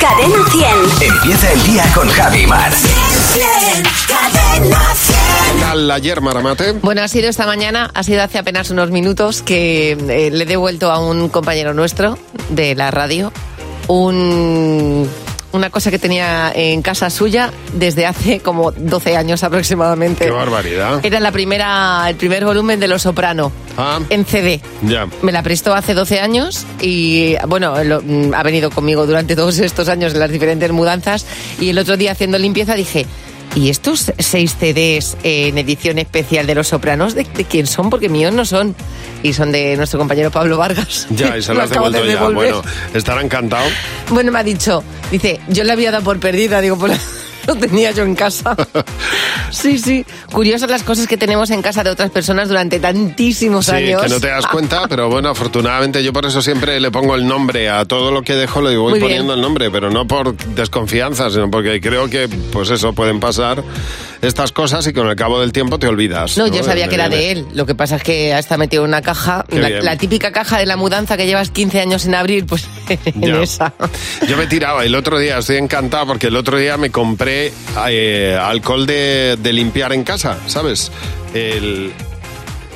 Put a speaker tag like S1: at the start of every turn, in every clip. S1: Cadena 100.
S2: Empieza el día con Javi Mar.
S1: Cadena 100.
S3: ¿Qué tal ayer, Maramate?
S4: Bueno, ha sido esta mañana, ha sido hace apenas unos minutos que eh, le he devuelto a un compañero nuestro de la radio un- una cosa que tenía en casa suya desde hace como 12 años aproximadamente.
S3: Qué barbaridad.
S4: Era la primera, el primer volumen de Los Soprano
S3: Ah,
S4: en CD.
S3: ya.
S4: Me la prestó hace 12 años y, bueno, lo- mm, ha venido conmigo durante todos estos años en las diferentes mudanzas y el otro día haciendo limpieza dije, ¿y estos seis CDs en edición especial de Los Sopranos de, de quién son? Porque míos no son. Y son de nuestro compañero Pablo Vargas.
S3: Ya, y se lo has
S4: acabo de
S3: devuelto ya.
S4: devolver.
S3: Bueno, estará encantado.
S4: Bueno, me ha dicho, dice, yo la había dado por perdida, digo, pues lo tenía yo en casa. Sí, sí, curiosas las cosas que tenemos en casa de otras personas durante tantísimos
S3: Sí,
S4: años. Ah.
S3: que no te das cuenta, pero bueno, afortunadamente yo por eso siempre le pongo el nombre a todo lo que dejo, le voy
S4: Muy bien.
S3: poniendo el nombre, pero no por desconfianza, sino porque creo que, pues eso, pueden pasar estas cosas y con el cabo del tiempo te olvidas.
S4: No, yo sabía que era
S3: viene.
S4: de él. Lo que pasa es que hasta metido en una caja,
S3: Qué
S4: la,
S3: bien.
S4: la típica caja de la mudanza que llevas 15 años sin abrir, pues en
S3: Ya.
S4: esa.
S3: Yo me tiraba el otro día, estoy encantado porque el otro día me compré eh, alcohol de, de limpiar en casa, ¿sabes? El,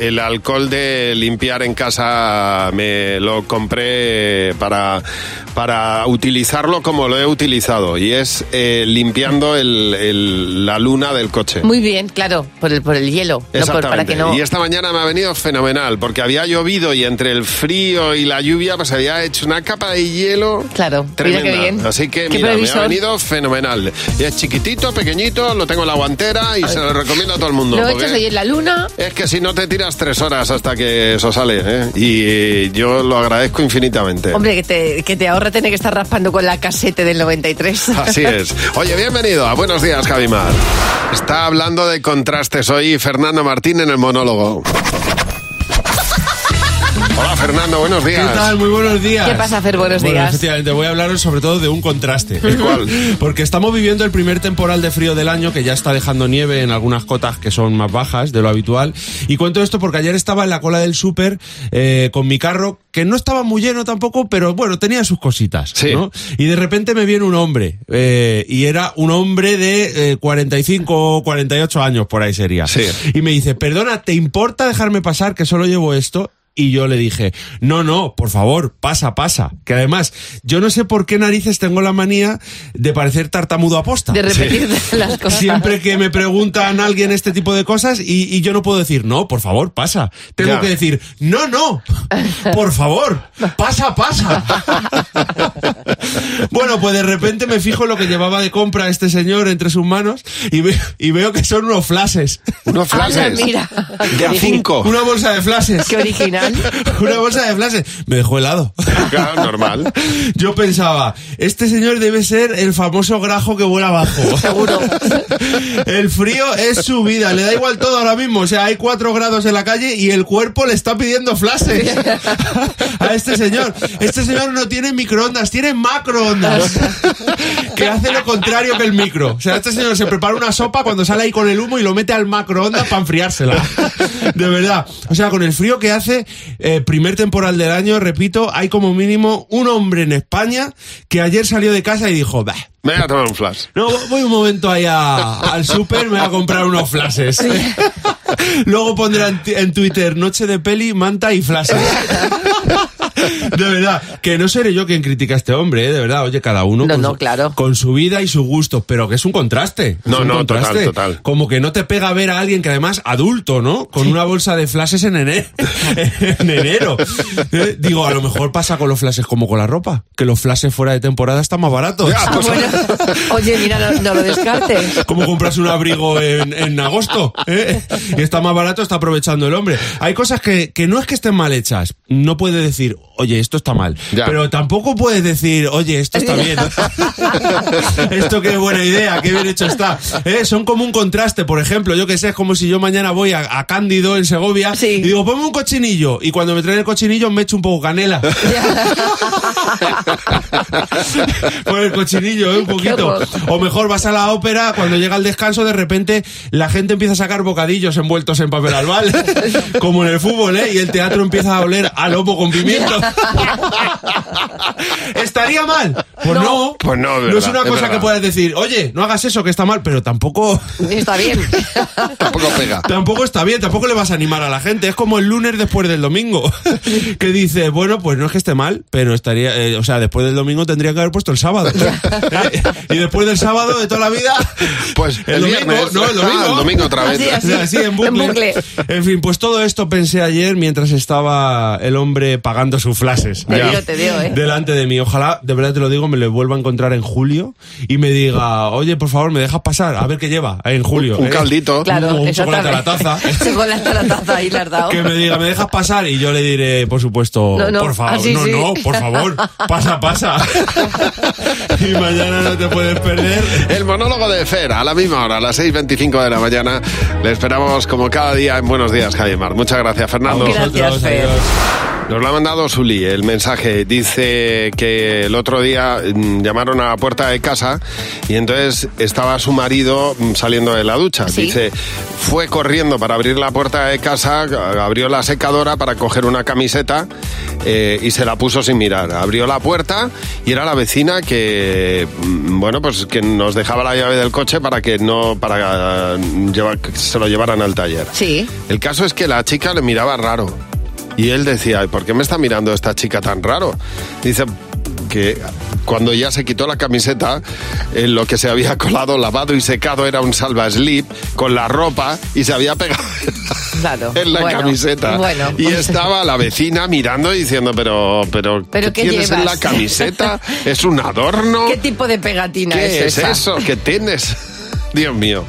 S3: el alcohol de limpiar en casa me lo compré para, para utilizarlo como lo he utilizado y es eh, limpiando el- el- la luna del coche.
S4: Muy bien, claro, por el, por el hielo. No, por-
S3: Exactamente.
S4: para que no...
S3: Y esta mañana me ha venido fenomenal porque había llovido y entre el frío y la lluvia pues había hecho una capa de hielo
S4: Claro, mira
S3: Tremenda.
S4: qué bien.
S3: Así que
S4: Qué
S3: mira, me
S4: previsor.
S3: ha venido fenomenal. Y es chiquitito, pequeñito, lo tengo en la guantera y se lo recomiendo a todo el mundo.
S4: Lo
S3: porque
S4: echas ahí en la luna.
S3: Es que si no te tiras tres horas hasta que eso sale, ¿eh? Y yo lo agradezco infinitamente.
S4: Hombre, que te, que te ahorra tener que estar raspando con la casete del 93.
S3: Así es. Oye, bienvenido a Buenos Días, Javimar. Está hablando de contrastes hoy Fernando Martín en el monólogo. Hola, Fernando, buenos
S5: ¿Qué
S3: días.
S5: tal? Muy buenos días.
S4: ¿Qué pasa, Fer? Buenos
S5: Bueno,
S4: días.
S5: efectivamente, voy a hablaros sobre todo de un contraste.
S3: cuál?
S5: Porque estamos viviendo el primer temporal de frío del año que ya está dejando nieve en algunas cotas que son más bajas de lo habitual. Y cuento esto porque ayer estaba en la cola del súper eh, con mi carro, que no estaba muy lleno tampoco, pero bueno, tenía sus cositas.
S3: Sí.
S5: ¿no? Y de repente me viene un hombre, eh, y era un hombre de eh, 45 o 48 años, por ahí sería.
S3: Sí.
S5: Y me dice, perdona, ¿te importa dejarme pasar que solo llevo esto? Y yo le dije, no, no, por favor, pasa, pasa. Que además, yo no sé por qué narices tengo la manía de parecer tartamudo aposta.
S4: De repetir las cosas.
S5: Siempre que me preguntan a alguien este tipo de cosas y, y yo no puedo decir, no, por favor, pasa. Tengo
S3: Ya.
S5: que decir, no, no, por favor, pasa, pasa. bueno, pues de repente me fijo en lo que llevaba de compra este señor entre sus manos y, ve- y veo que son unos flashes.
S3: Unos flashes.
S4: Anda, Ah, mira.
S3: De a cinco.
S5: Una bolsa de flashes.
S4: Qué original.
S5: Una bolsa de flashes. Me dejó helado.
S3: Claro, normal.
S5: Yo pensaba, este señor debe ser el famoso grajo que vuela abajo. Seguro. El frío es su vida, le da igual todo ahora mismo. O sea, hay cuatro grados en la calle y el cuerpo le está pidiendo flashes a este señor. Este señor no tiene microondas, tiene macroondas. Que hace lo contrario que el micro. O sea, este señor se prepara una sopa cuando sale ahí con el humo y lo mete al macroondas para enfriársela. De verdad. O sea, con el frío que hace, eh, primer temporal del año, repito, hay como mínimo un hombre en España que ayer salió de casa y dijo, bah,
S3: Me voy a tomar un flash.
S5: no, voy un momento ahí a- al súper, me voy a comprar unos flashes. Luego pondré en, ti- en Twitter noche de peli, manta y flashes. De verdad, que no seré yo quien critica a este hombre, ¿eh? de verdad, oye, cada uno
S4: No,
S5: con,
S4: no,
S5: su,
S4: claro.
S5: con su vida y sus gustos, pero que es un contraste. es
S3: No,
S5: un
S3: no, total,
S5: contraste.
S3: total.
S5: Como que no te pega ver a alguien que además adulto, ¿no? Con una bolsa de flashes en enero. en enero. Eh, Digo, a lo mejor pasa con los flashes como con la ropa, que los flashes fuera de temporada están más baratos.
S3: Ya, pues,
S4: Ah, Bueno, oye, mira, no, no lo descartes.
S5: Como comprarse un abrigo en, en agosto. ¿eh? Y está más barato, está aprovechando el hombre. Hay cosas que, que no es que estén mal hechas. No puede decir, oye, esto está mal.
S3: Ya.
S5: Pero tampoco puedes decir, oye, esto está bien. ¿eh? esto qué buena idea, qué bien hecho está. ¿Eh? Son como un contraste, por ejemplo. Yo que sé, es como si yo mañana voy a, a Cándido en Segovia
S4: Sí.
S5: y digo, ponme un cochinillo. Y cuando me traen el cochinillo me echo un poco canela. Por el cochinillo, ¿eh? un poquito. O mejor vas a la ópera, cuando llega el descanso, de repente la gente empieza a sacar bocadillos envueltos en papel albal, como en el fútbol, ¿eh? Y el teatro empieza a oler a lobo con pimiento. ¿Estaría mal? Pues no.
S3: Pues no, es verdad,
S5: es una
S3: es
S5: cosa
S3: verdad.
S5: que puedas decir, oye, no hagas eso que está mal, pero tampoco.
S4: Está bien.
S3: Tampoco pega.
S5: Tampoco está bien, tampoco le vas a animar a la gente. Es como el lunes después del domingo. Que dice, bueno, pues no es que esté mal, pero estaría. eh, o sea, después del domingo tendría que haber puesto el sábado. ¿Eh? Y después del sábado de toda la vida.
S3: Pues el,
S5: domingo,
S3: viernes.
S5: no, el
S3: Ah,
S5: domingo.
S3: otra vez.
S4: Así,
S5: O sea, así, en bucle.
S4: En bucle.
S5: En fin, pues todo esto pensé ayer mientras estaba el hombre pagando sus flashes.
S4: Te
S5: Ahí,
S4: dio, te dio, ¿eh?
S5: Delante de mí. Ojalá, de verdad te lo digo, me lo vuelva a encontrar en julio y me diga, oye, por favor, me dejas pasar, a ver qué lleva en julio.
S3: Un
S5: ¿eh?
S3: caldito.
S5: Un-
S4: Claro,
S5: un
S4: exactamente.
S5: chocolate a la taza.
S4: chocolate a la taza, ahí le has dado.
S5: Que me diga, ¿me dejas pasar? Y yo le diré, por supuesto,
S4: No, no,
S5: Oh, por favor,
S4: así
S5: no,
S4: sí.
S5: no, por favor, pasa, pasa. y mañana no te puedes perder.
S3: El monólogo de Fer, a la misma hora, a las 6.25 de la mañana. Le esperamos como cada día en Buenos Días, Javier Mar. Muchas gracias, Fernando.
S4: Gracias,
S5: Nosotros,
S4: Fer.
S5: adiós.
S3: Nos lo ha mandado Suli el mensaje. Dice que el otro día mm, llamaron a la puerta de casa y entonces estaba su marido mm, saliendo de la ducha.
S4: Sí.
S3: Dice, fue corriendo para abrir la puerta de casa, a- abrió la secadora para coger una camiseta eh, y se la puso sin mirar. Abrió la puerta y era la vecina que, mm, bueno, pues que nos dejaba la llave del coche para que no, para mm, llevar- que se lo llevaran al taller.
S4: Sí.
S3: El caso es que la chica le miraba raro. Y él decía, "Ay, ¿por qué me está mirando esta chica tan raro? Dice que cuando ya se quitó la camiseta, en lo que se había colado, lavado y secado era un salva slip con la ropa y se había pegado
S4: Claro.
S3: en la
S4: Bueno,
S3: camiseta.
S4: bueno.
S3: y estaba la vecina mirando y diciendo, pero, pero,
S4: ¿Pero qué
S3: tienes en la
S4: llevas?"
S3: camiseta? ¿Es un adorno?
S4: ¿Qué tipo de pegatina
S3: ¿Qué
S4: es,
S3: es
S4: esa?
S3: eso? ¿Qué tienes? Dios mío.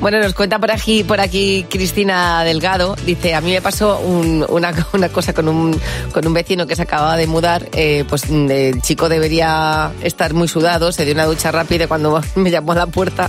S4: Bueno, nos cuenta por aquí, por aquí Cristina Delgado. Dice, a mí me pasó un- una, una cosa con un, con un vecino que se acababa de mudar. eh, pues mm, el chico debería estar muy sudado, se dio una ducha rápida y cuando me llamó a la puerta.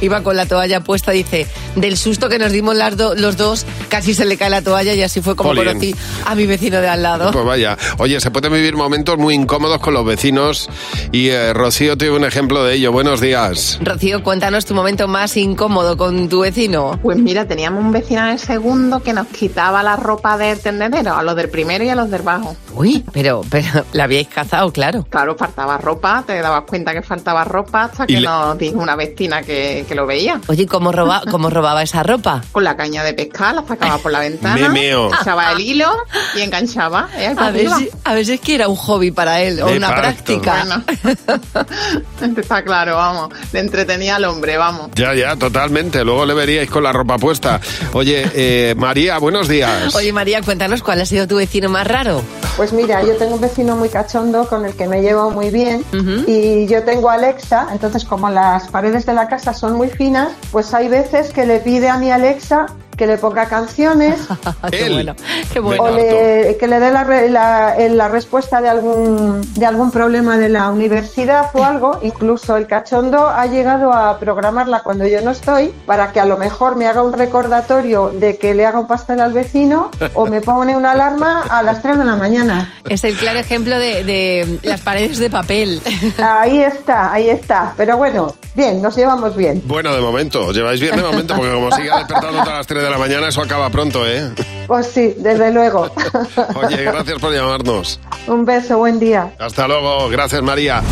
S4: Iba con la toalla puesta, dice, del susto que nos dimos las do- los dos, casi se le cae la toalla y así fue como
S3: Jolín.
S4: conocí a mi vecino de al lado.
S3: Pues vaya. Oye, se pueden vivir momentos muy incómodos con los vecinos y eh, Rocío tiene un ejemplo de ello. Buenos días.
S4: Rocío, cuéntanos tu momento más incómodo con tu vecino.
S1: Pues mira, teníamos un vecino en el segundo que nos quitaba la ropa del tendedero, a los del primero y a los del bajo.
S4: Uy, pero, pero la habíais cazado, claro.
S1: Claro, faltaba ropa, te dabas cuenta que faltaba ropa hasta
S3: Y
S1: que
S3: le-
S1: nos dijo una vecina que, que lo veía.
S4: Oye, ¿cómo, roba, ¿cómo robaba esa ropa?
S1: Con la caña de pescar, la sacaba por la ventana,
S3: Memeo.
S1: echaba el hilo y enganchaba. ¿eh?
S4: A ver,
S1: Arriba.
S4: si, a ver si es que era un hobby para él o
S3: De
S4: una
S3: parto.
S4: práctica.
S1: Bueno, está claro, vamos. Le entretenía al hombre, vamos.
S3: Ya, ya, totalmente. Luego le veríais con la ropa puesta. Oye, eh, María, buenos días.
S4: Oye, María, cuéntanos cuál ha sido tu vecino más raro.
S6: Pues mira, yo tengo un vecino muy cachondo con el que me llevo muy bien y yo tengo Alexa, entonces como las paredes de la casa son muy finas, pues hay veces que le pide a mi Alexa que le ponga canciones
S4: qué
S3: Él.
S4: bueno, qué bueno.
S6: o le- que le dé la, re- la- eh, la respuesta de algún, de algún problema de la universidad o algo. Incluso el cachondo ha llegado a programarla cuando yo no estoy para que a lo mejor me haga un recordatorio de que le haga un pastel al vecino o me pone una alarma a las 3 de la mañana.
S4: Es el claro ejemplo de, de las paredes de papel.
S6: Ahí está, ahí está. Pero bueno, bien, nos llevamos bien.
S3: Bueno, de momento, os lleváis bien de momento, porque como siga despertando a las 3 de la mañana, eso acaba pronto, ¿eh?
S6: Pues sí, desde luego.
S3: Oye, gracias por llamarnos.
S6: Un beso, buen día.
S3: Hasta luego, gracias María.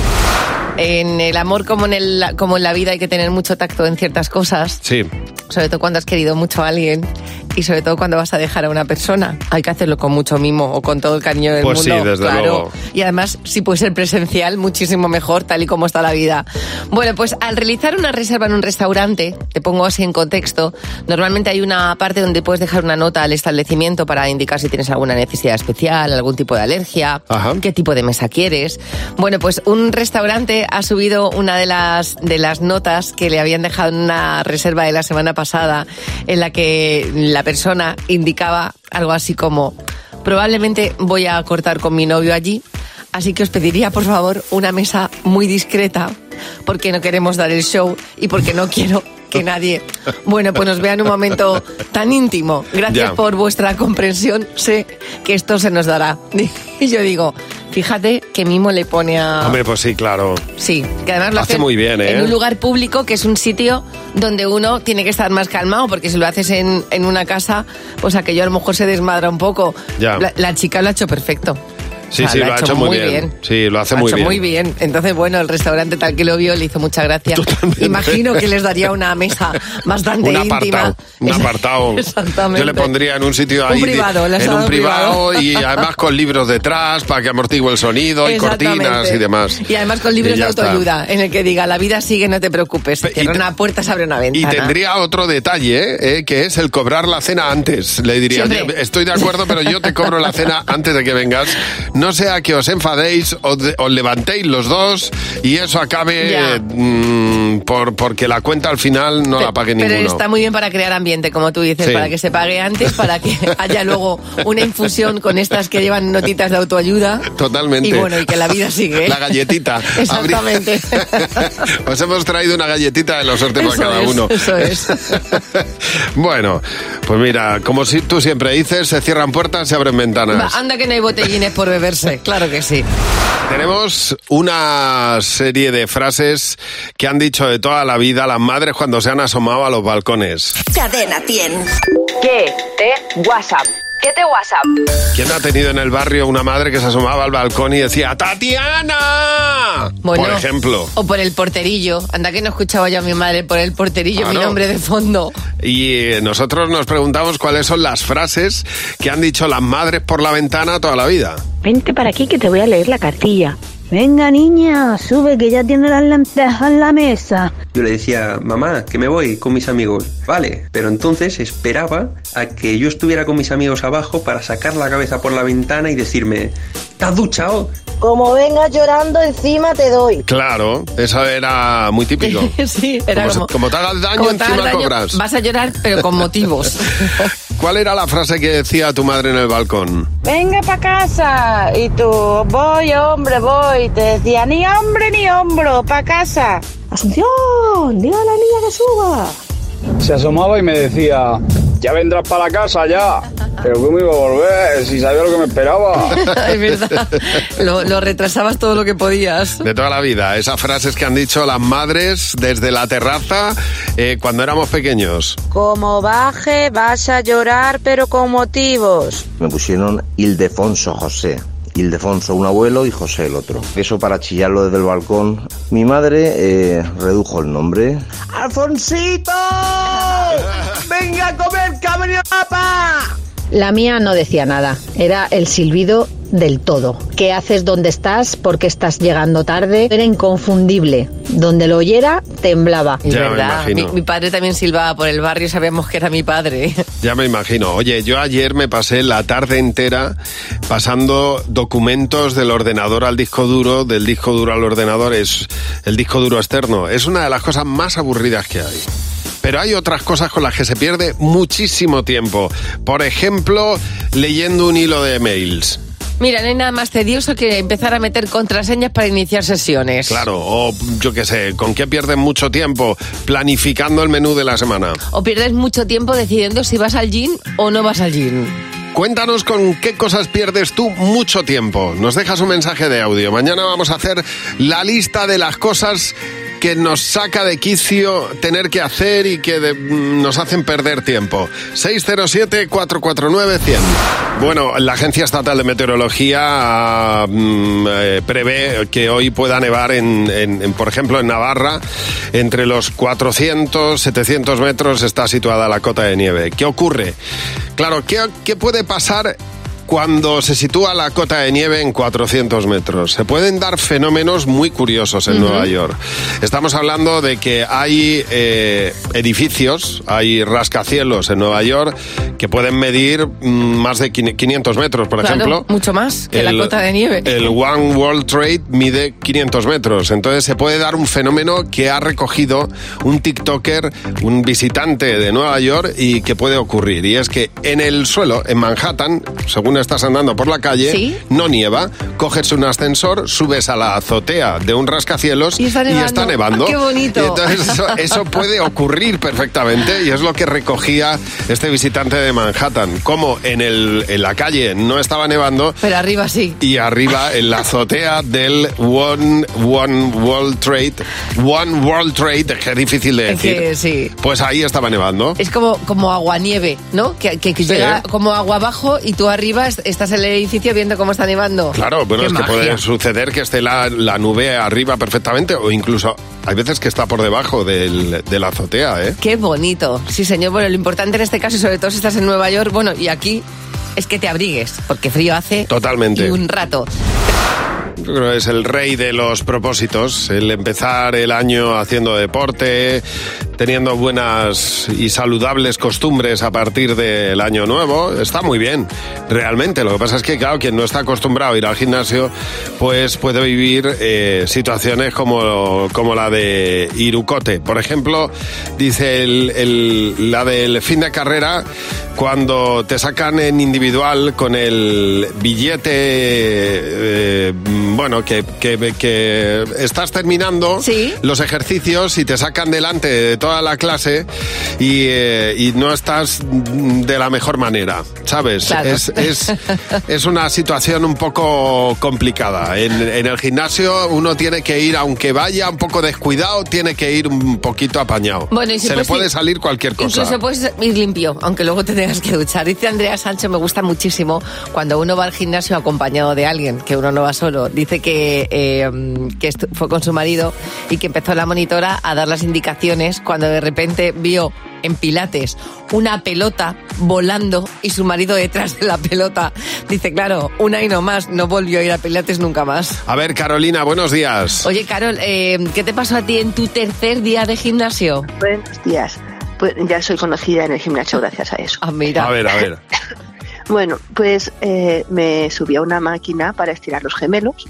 S4: En el amor como en, el- como en la vida hay que tener mucho tacto en ciertas cosas,
S3: Sí,
S4: sobre todo cuando has querido mucho a alguien y sobre todo cuando vas a dejar a una persona. Hay que hacerlo con mucho mimo o con todo el cariño del
S3: Pues sí,
S4: mundo.
S3: desde
S4: claro.
S3: luego.
S4: Y además, si puede ser presencial, muchísimo mejor, tal y como está la vida. Bueno, pues al realizar una reserva en un restaurante, te pongo así en contexto, normalmente hay una parte donde puedes dejar una nota al establecimiento para indicar si tienes alguna necesidad especial, algún tipo de alergia,
S3: Ajá.
S4: qué tipo de mesa quieres. Bueno, pues un restaurante ha subido una de las, de las notas que le habían dejado en una reserva de la semana pasada, en la que la persona indicaba algo así como, probablemente voy a cortar con mi novio allí, Así que os pediría, por favor, una mesa muy discreta, porque no queremos dar el show y porque no quiero que nadie, bueno, pues nos vea en un momento tan íntimo. Gracias
S3: Ya.
S4: por vuestra comprensión, sé que esto se nos dará. Y yo digo, Fíjate qué mimo le pone a...
S3: Hombre, pues sí, claro.
S4: Sí, que además lo
S3: Hace
S4: hacen
S3: muy bien, ¿eh?
S4: En un lugar público que es un sitio donde uno tiene que estar más calmado, porque si lo haces en, en una casa, pues aquello a lo mejor se desmadra un poco.
S3: Ya.
S4: La, la chica lo ha hecho perfecto.
S3: Sí,
S4: O sea,
S3: sí, lo ha hecho muy bien. Sí, lo hace
S4: Lo ha
S3: muy
S4: hecho
S3: bien.
S4: muy bien. Entonces, bueno, el restaurante tal que lo vio le hizo mucha gracia. Imagino que les daría una mesa bastante
S3: un
S4: íntima.
S3: apartado, un apartado.
S4: Exactamente.
S3: Yo le pondría en un sitio ahí,
S4: Un privado, le has
S3: en
S4: dado
S3: un
S4: un
S3: privado,
S4: privado.
S3: y además con libros detrás para que amortigue el sonido y
S4: Exactamente.
S3: cortinas y demás.
S4: Y además con libros
S3: Y
S4: de
S3: ya está.
S4: autoayuda, en el que diga, la vida sigue, no te preocupes. Cierra una puerta, se abre una
S3: Y
S4: ventana.
S3: tendría otro detalle, eh, que es el cobrar la cena antes. Le diría,
S4: Siempre.
S3: "Oye, estoy de acuerdo, pero yo te cobro la cena antes de que vengas. No sea que os enfadéis, os, de- os levantéis los dos y eso acabe
S4: Ya.
S3: eh, mm, por, porque la cuenta al final no la pague
S4: Pero
S3: ninguno.
S4: está muy bien para crear ambiente, como tú dices,
S3: Sí.
S4: para que se pague antes, para que haya luego una infusión con estas que llevan notitas de autoayuda.
S3: Totalmente.
S4: Y bueno, y que la vida sigue. ¿eh?
S3: La galletita. Abrir-
S4: Exactamente.
S3: Os hemos traído una galletita de los sorteos para
S4: Eso
S3: cada
S4: es,
S3: uno.
S4: eso es.
S3: Bueno, pues mira, como si tú siempre dices, se cierran puertas, se abren
S4: Va,
S3: ventanas.
S4: anda que no hay botellines por beberse, claro que sí.
S3: Tenemos una serie de frases que han dicho de toda la vida las madres cuando se han asomado a los balcones.
S7: Cadena 100. ¿Qué te WhatsApp? ¿Qué te WhatsApp?
S3: ¿Quién ha tenido en el barrio una madre que se asomaba al balcón y decía, ¡Tatiana!
S4: Bueno,
S3: Por ejemplo.
S4: O por el porterillo. Anda que no escuchaba yo a mi madre por el porterillo,
S3: Ah,
S4: mi
S3: ¿no?
S4: nombre de fondo.
S3: Y eh, nosotros nos preguntamos cuáles son las frases que han dicho las madres por la ventana toda la vida.
S8: Vente para aquí que te voy a leer la cartilla. Venga niña, sube que ya tiene las lentejas en la mesa.
S9: Yo le decía, mamá, que me voy con mis amigos. Vale, pero entonces esperaba a que yo estuviera con mis amigos abajo para sacar la cabeza por la ventana y decirme, ¿te has duchado?
S10: Como vengas llorando, encima te doy.
S3: Claro, eso era muy típico.
S4: sí, era
S3: como,
S4: como...
S3: como te hagas daño,
S4: como te hagas
S3: encima
S4: daño,
S3: cobras.
S4: Vas a llorar, pero con motivos.
S3: ¿Cuál era la frase que decía tu madre en el balcón?
S10: Venga para casa. Y tú, voy, hombre, voy. Te decía, ni hombre ni hombro, para casa. Asunción, diga a la niña que suba.
S11: Se asomaba y me decía, ya vendrás para la casa, ya. Pero que me iba a volver, si sabía lo que me esperaba.
S4: es verdad. Lo, lo retrasabas todo lo que podías.
S3: De toda la vida, esas frases que han dicho las madres desde la terraza eh, cuando éramos pequeños.
S10: Como baje, vas a llorar, pero con motivos.
S12: Me pusieron Ildefonso José. Ildefonso un abuelo y José el otro. Eso para chillarlo desde el balcón. Mi madre eh, redujo el nombre.
S10: ¡Alfonsito! ¡Venga a comer, cabrón!
S13: La mía no decía nada, era el silbido del todo. ¿Qué haces donde estás? ¿Por qué estás llegando tarde? Era inconfundible. Donde lo oyera, temblaba.
S3: Ya me imagino.
S4: Mi, mi padre también silbaba por el barrio, sabíamos que era mi padre.
S3: Ya me imagino. Oye, yo ayer me pasé la tarde entera pasando documentos del ordenador al disco duro, del disco duro al ordenador, es el disco duro externo. Es una de las cosas más aburridas que hay. Pero hay otras cosas con las que se pierde muchísimo tiempo. Por ejemplo, leyendo un hilo de mails.
S4: Mira, no hay nada más tedioso que empezar a meter contraseñas para iniciar sesiones.
S3: Claro, o yo qué sé, ¿con qué pierden mucho tiempo? Planificando el menú de la semana.
S4: O pierdes mucho tiempo decidiendo si vas al gym o no vas al gym.
S3: Cuéntanos con qué cosas pierdes tú mucho tiempo. Nos dejas un mensaje de audio. Mañana vamos a hacer la lista de las cosas que nos saca de quicio tener que hacer y que de- mm, nos hacen perder tiempo. 607-449-100. Bueno, la Agencia Estatal de Meteorología ah, mm, eh, prevé que hoy pueda nevar, en, en- en, por ejemplo, en Navarra. Entre los 400, 700 metros está situada la cota de nieve. ¿Qué ocurre? Claro, ¿qué, qué puede pasar cuando se sitúa la cota de nieve en 400 metros? Se pueden dar fenómenos muy curiosos en Nueva York. Estamos hablando de que hay eh, edificios, hay rascacielos en Nueva York que pueden medir mm, más de 500 metros, por
S4: Claro,
S3: ejemplo.
S4: mucho más que
S3: El- eh,
S4: la cota de nieve.
S3: El One World Trade mide 500 metros, entonces se puede dar un fenómeno que ha recogido un TikToker, un visitante de Nueva York y que puede ocurrir. Y es que en el suelo, en Manhattan, según estás andando por la calle,
S4: Sí.
S3: no nieva, coges un ascensor, subes a la azotea de un rascacielos y está
S4: nevando. Ah, qué bonito.
S3: Y entonces eso, eso puede ocurrir perfectamente y es lo que recogía este visitante de Manhattan. Como en, el, en la calle no estaba nevando,
S4: Pero arriba sí.
S3: y arriba en la azotea del One, One World Trade. One World Trade, que es difícil de
S4: Es que Eh,
S3: decir. Pues ahí estaba nevando.
S4: Es como, como aguanieve, ¿no? Que, que- que
S3: Sí.
S4: llega como agua abajo y tú arriba es- estás en el edificio viendo cómo está nevando.
S3: Claro, bueno,
S4: Qué
S3: es que
S4: magia.
S3: puede suceder que esté la, la nube arriba perfectamente o incluso hay veces que está por debajo del, de la azotea, ¿eh?
S4: Qué bonito. Sí, señor. Bueno, lo importante en este caso, y sobre todo si estás en Nueva York, bueno, y aquí, es que te abrigues, porque frío hace
S3: Totalmente.
S4: y un rato.
S3: Yo creo que es el rey de los propósitos, el empezar el año haciendo deporte, teniendo buenas y saludables costumbres a partir del año nuevo, está muy bien, realmente. Lo que pasa es que, claro, quien no está acostumbrado a ir al gimnasio, pues puede vivir eh, situaciones como, como la de Irucote. Por ejemplo, dice el- el- la del fin de carrera, cuando te sacan en individual con el billete, eh, bueno, que, que- que estás terminando los ejercicios y te sacan delante de toda la clase y, eh, y no estás mm, de la mejor manera, ¿sabes?
S14: Claro.
S3: Es, es- es una situación un poco complicada. En, en el gimnasio uno tiene que ir, aunque vaya un poco descuidado, tiene que ir un poquito apañado.
S4: Bueno, y si
S3: Se le
S4: puedes
S3: puede
S4: ir-
S3: salir cualquier cosa.
S4: Incluso puedes ir limpio, aunque luego te tengas que duchar. Dice Andrea Sánchez, me gusta muchísimo cuando uno va al gimnasio acompañado de alguien, que uno no va solo. Dice que, eh, que estu- fue con su marido y que empezó la monitora a dar las indicaciones cuando de repente vio en Pilates una pelota volando y su marido detrás de la pelota. Dice, claro, una y no más, no volvió a ir a Pilates nunca más.
S3: A ver, Carolina, buenos días.
S4: Oye, Carol, eh, ¿qué te pasó a ti en tu tercer día de gimnasio?
S15: Buenos días. Pues ya soy conocida en el gimnasio gracias a eso.
S4: Ah, mira.
S3: A ver, a ver.
S15: Bueno, pues eh, me subí a una máquina para estirar los gemelos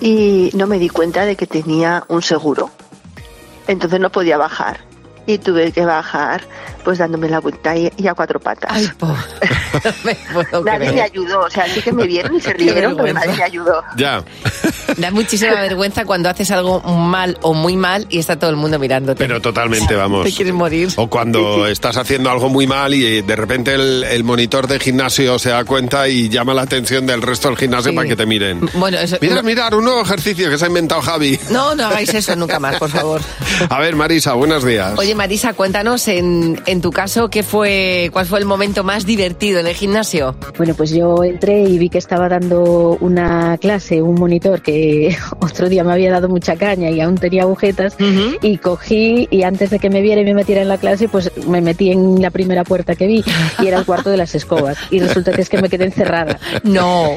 S15: y no me di cuenta de que tenía un seguro. Entonces no podía bajar y tuve que bajar pues dándome la vuelta y, y a cuatro patas. nadie
S4: creer.
S15: me ayudó, o sea, sí que me vieron y se
S4: Qué
S15: rieron, pero
S4: vergüenza.
S15: nadie me ayudó.
S3: Ya.
S4: Da muchísima vergüenza cuando haces algo mal o muy mal y está todo el mundo mirándote.
S3: Pero totalmente, vamos.
S4: Te quieres morir.
S3: O cuando estás haciendo algo muy mal y de repente el, el monitor de gimnasio se da cuenta y llama la atención del resto del gimnasio
S4: Sí.
S3: para que te miren.
S4: Bueno, eso-
S3: Mira,
S4: no-
S3: mirar, un nuevo ejercicio que se ha inventado Javi.
S4: No, no hagáis eso nunca más, por favor.
S3: A ver, Marisa, buenos días.
S4: Oye, Marisa, cuéntanos en, en tu caso qué fue, cuál fue el momento más divertido en el gimnasio.
S16: Bueno, pues yo entré y vi que estaba dando una clase, un monitor que Eh, otro día me había dado mucha caña y aún tenía agujetas y cogí y antes de que me viera y me metiera en la clase, pues me metí en la primera puerta que vi y era el cuarto de las escobas y resulta que es que me quedé encerrada.
S4: No.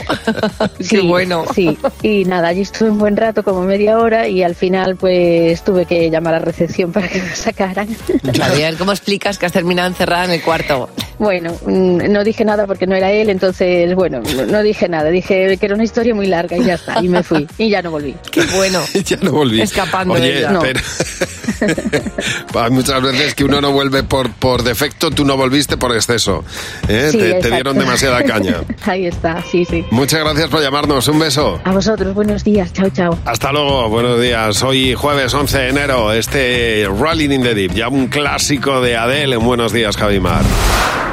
S4: qué bueno.
S16: Sí, y nada, allí estuve un buen rato, como media hora y al final pues tuve que llamar a recepción para que me sacaran.
S3: Eh,
S4: Javier, Pues ¿cómo explicas que has terminado encerrada en el cuarto?
S16: Bueno, mm, no dije nada porque no era él, entonces, bueno, no- no dije nada. Dije que era una historia muy larga y ya está. Y me fui. Y ya no volví.
S4: Qué bueno.
S3: ya no volví.
S4: Escapando
S3: Oye,
S4: de ella. No.
S3: pero- Hay muchas veces que uno no vuelve por, por defecto, tú no volviste por exceso. ¿eh?
S16: Sí,
S3: te, te
S16: exacto.
S3: dieron demasiada caña.
S16: Ahí está, sí, sí.
S3: Muchas gracias por llamarnos. Un beso.
S16: A vosotros, buenos días. Chao, chao.
S3: Hasta luego, buenos días. Hoy jueves 11 de enero, este Rolling in the Deep, ya un clásico de Adele en Buenos Días, Javimar.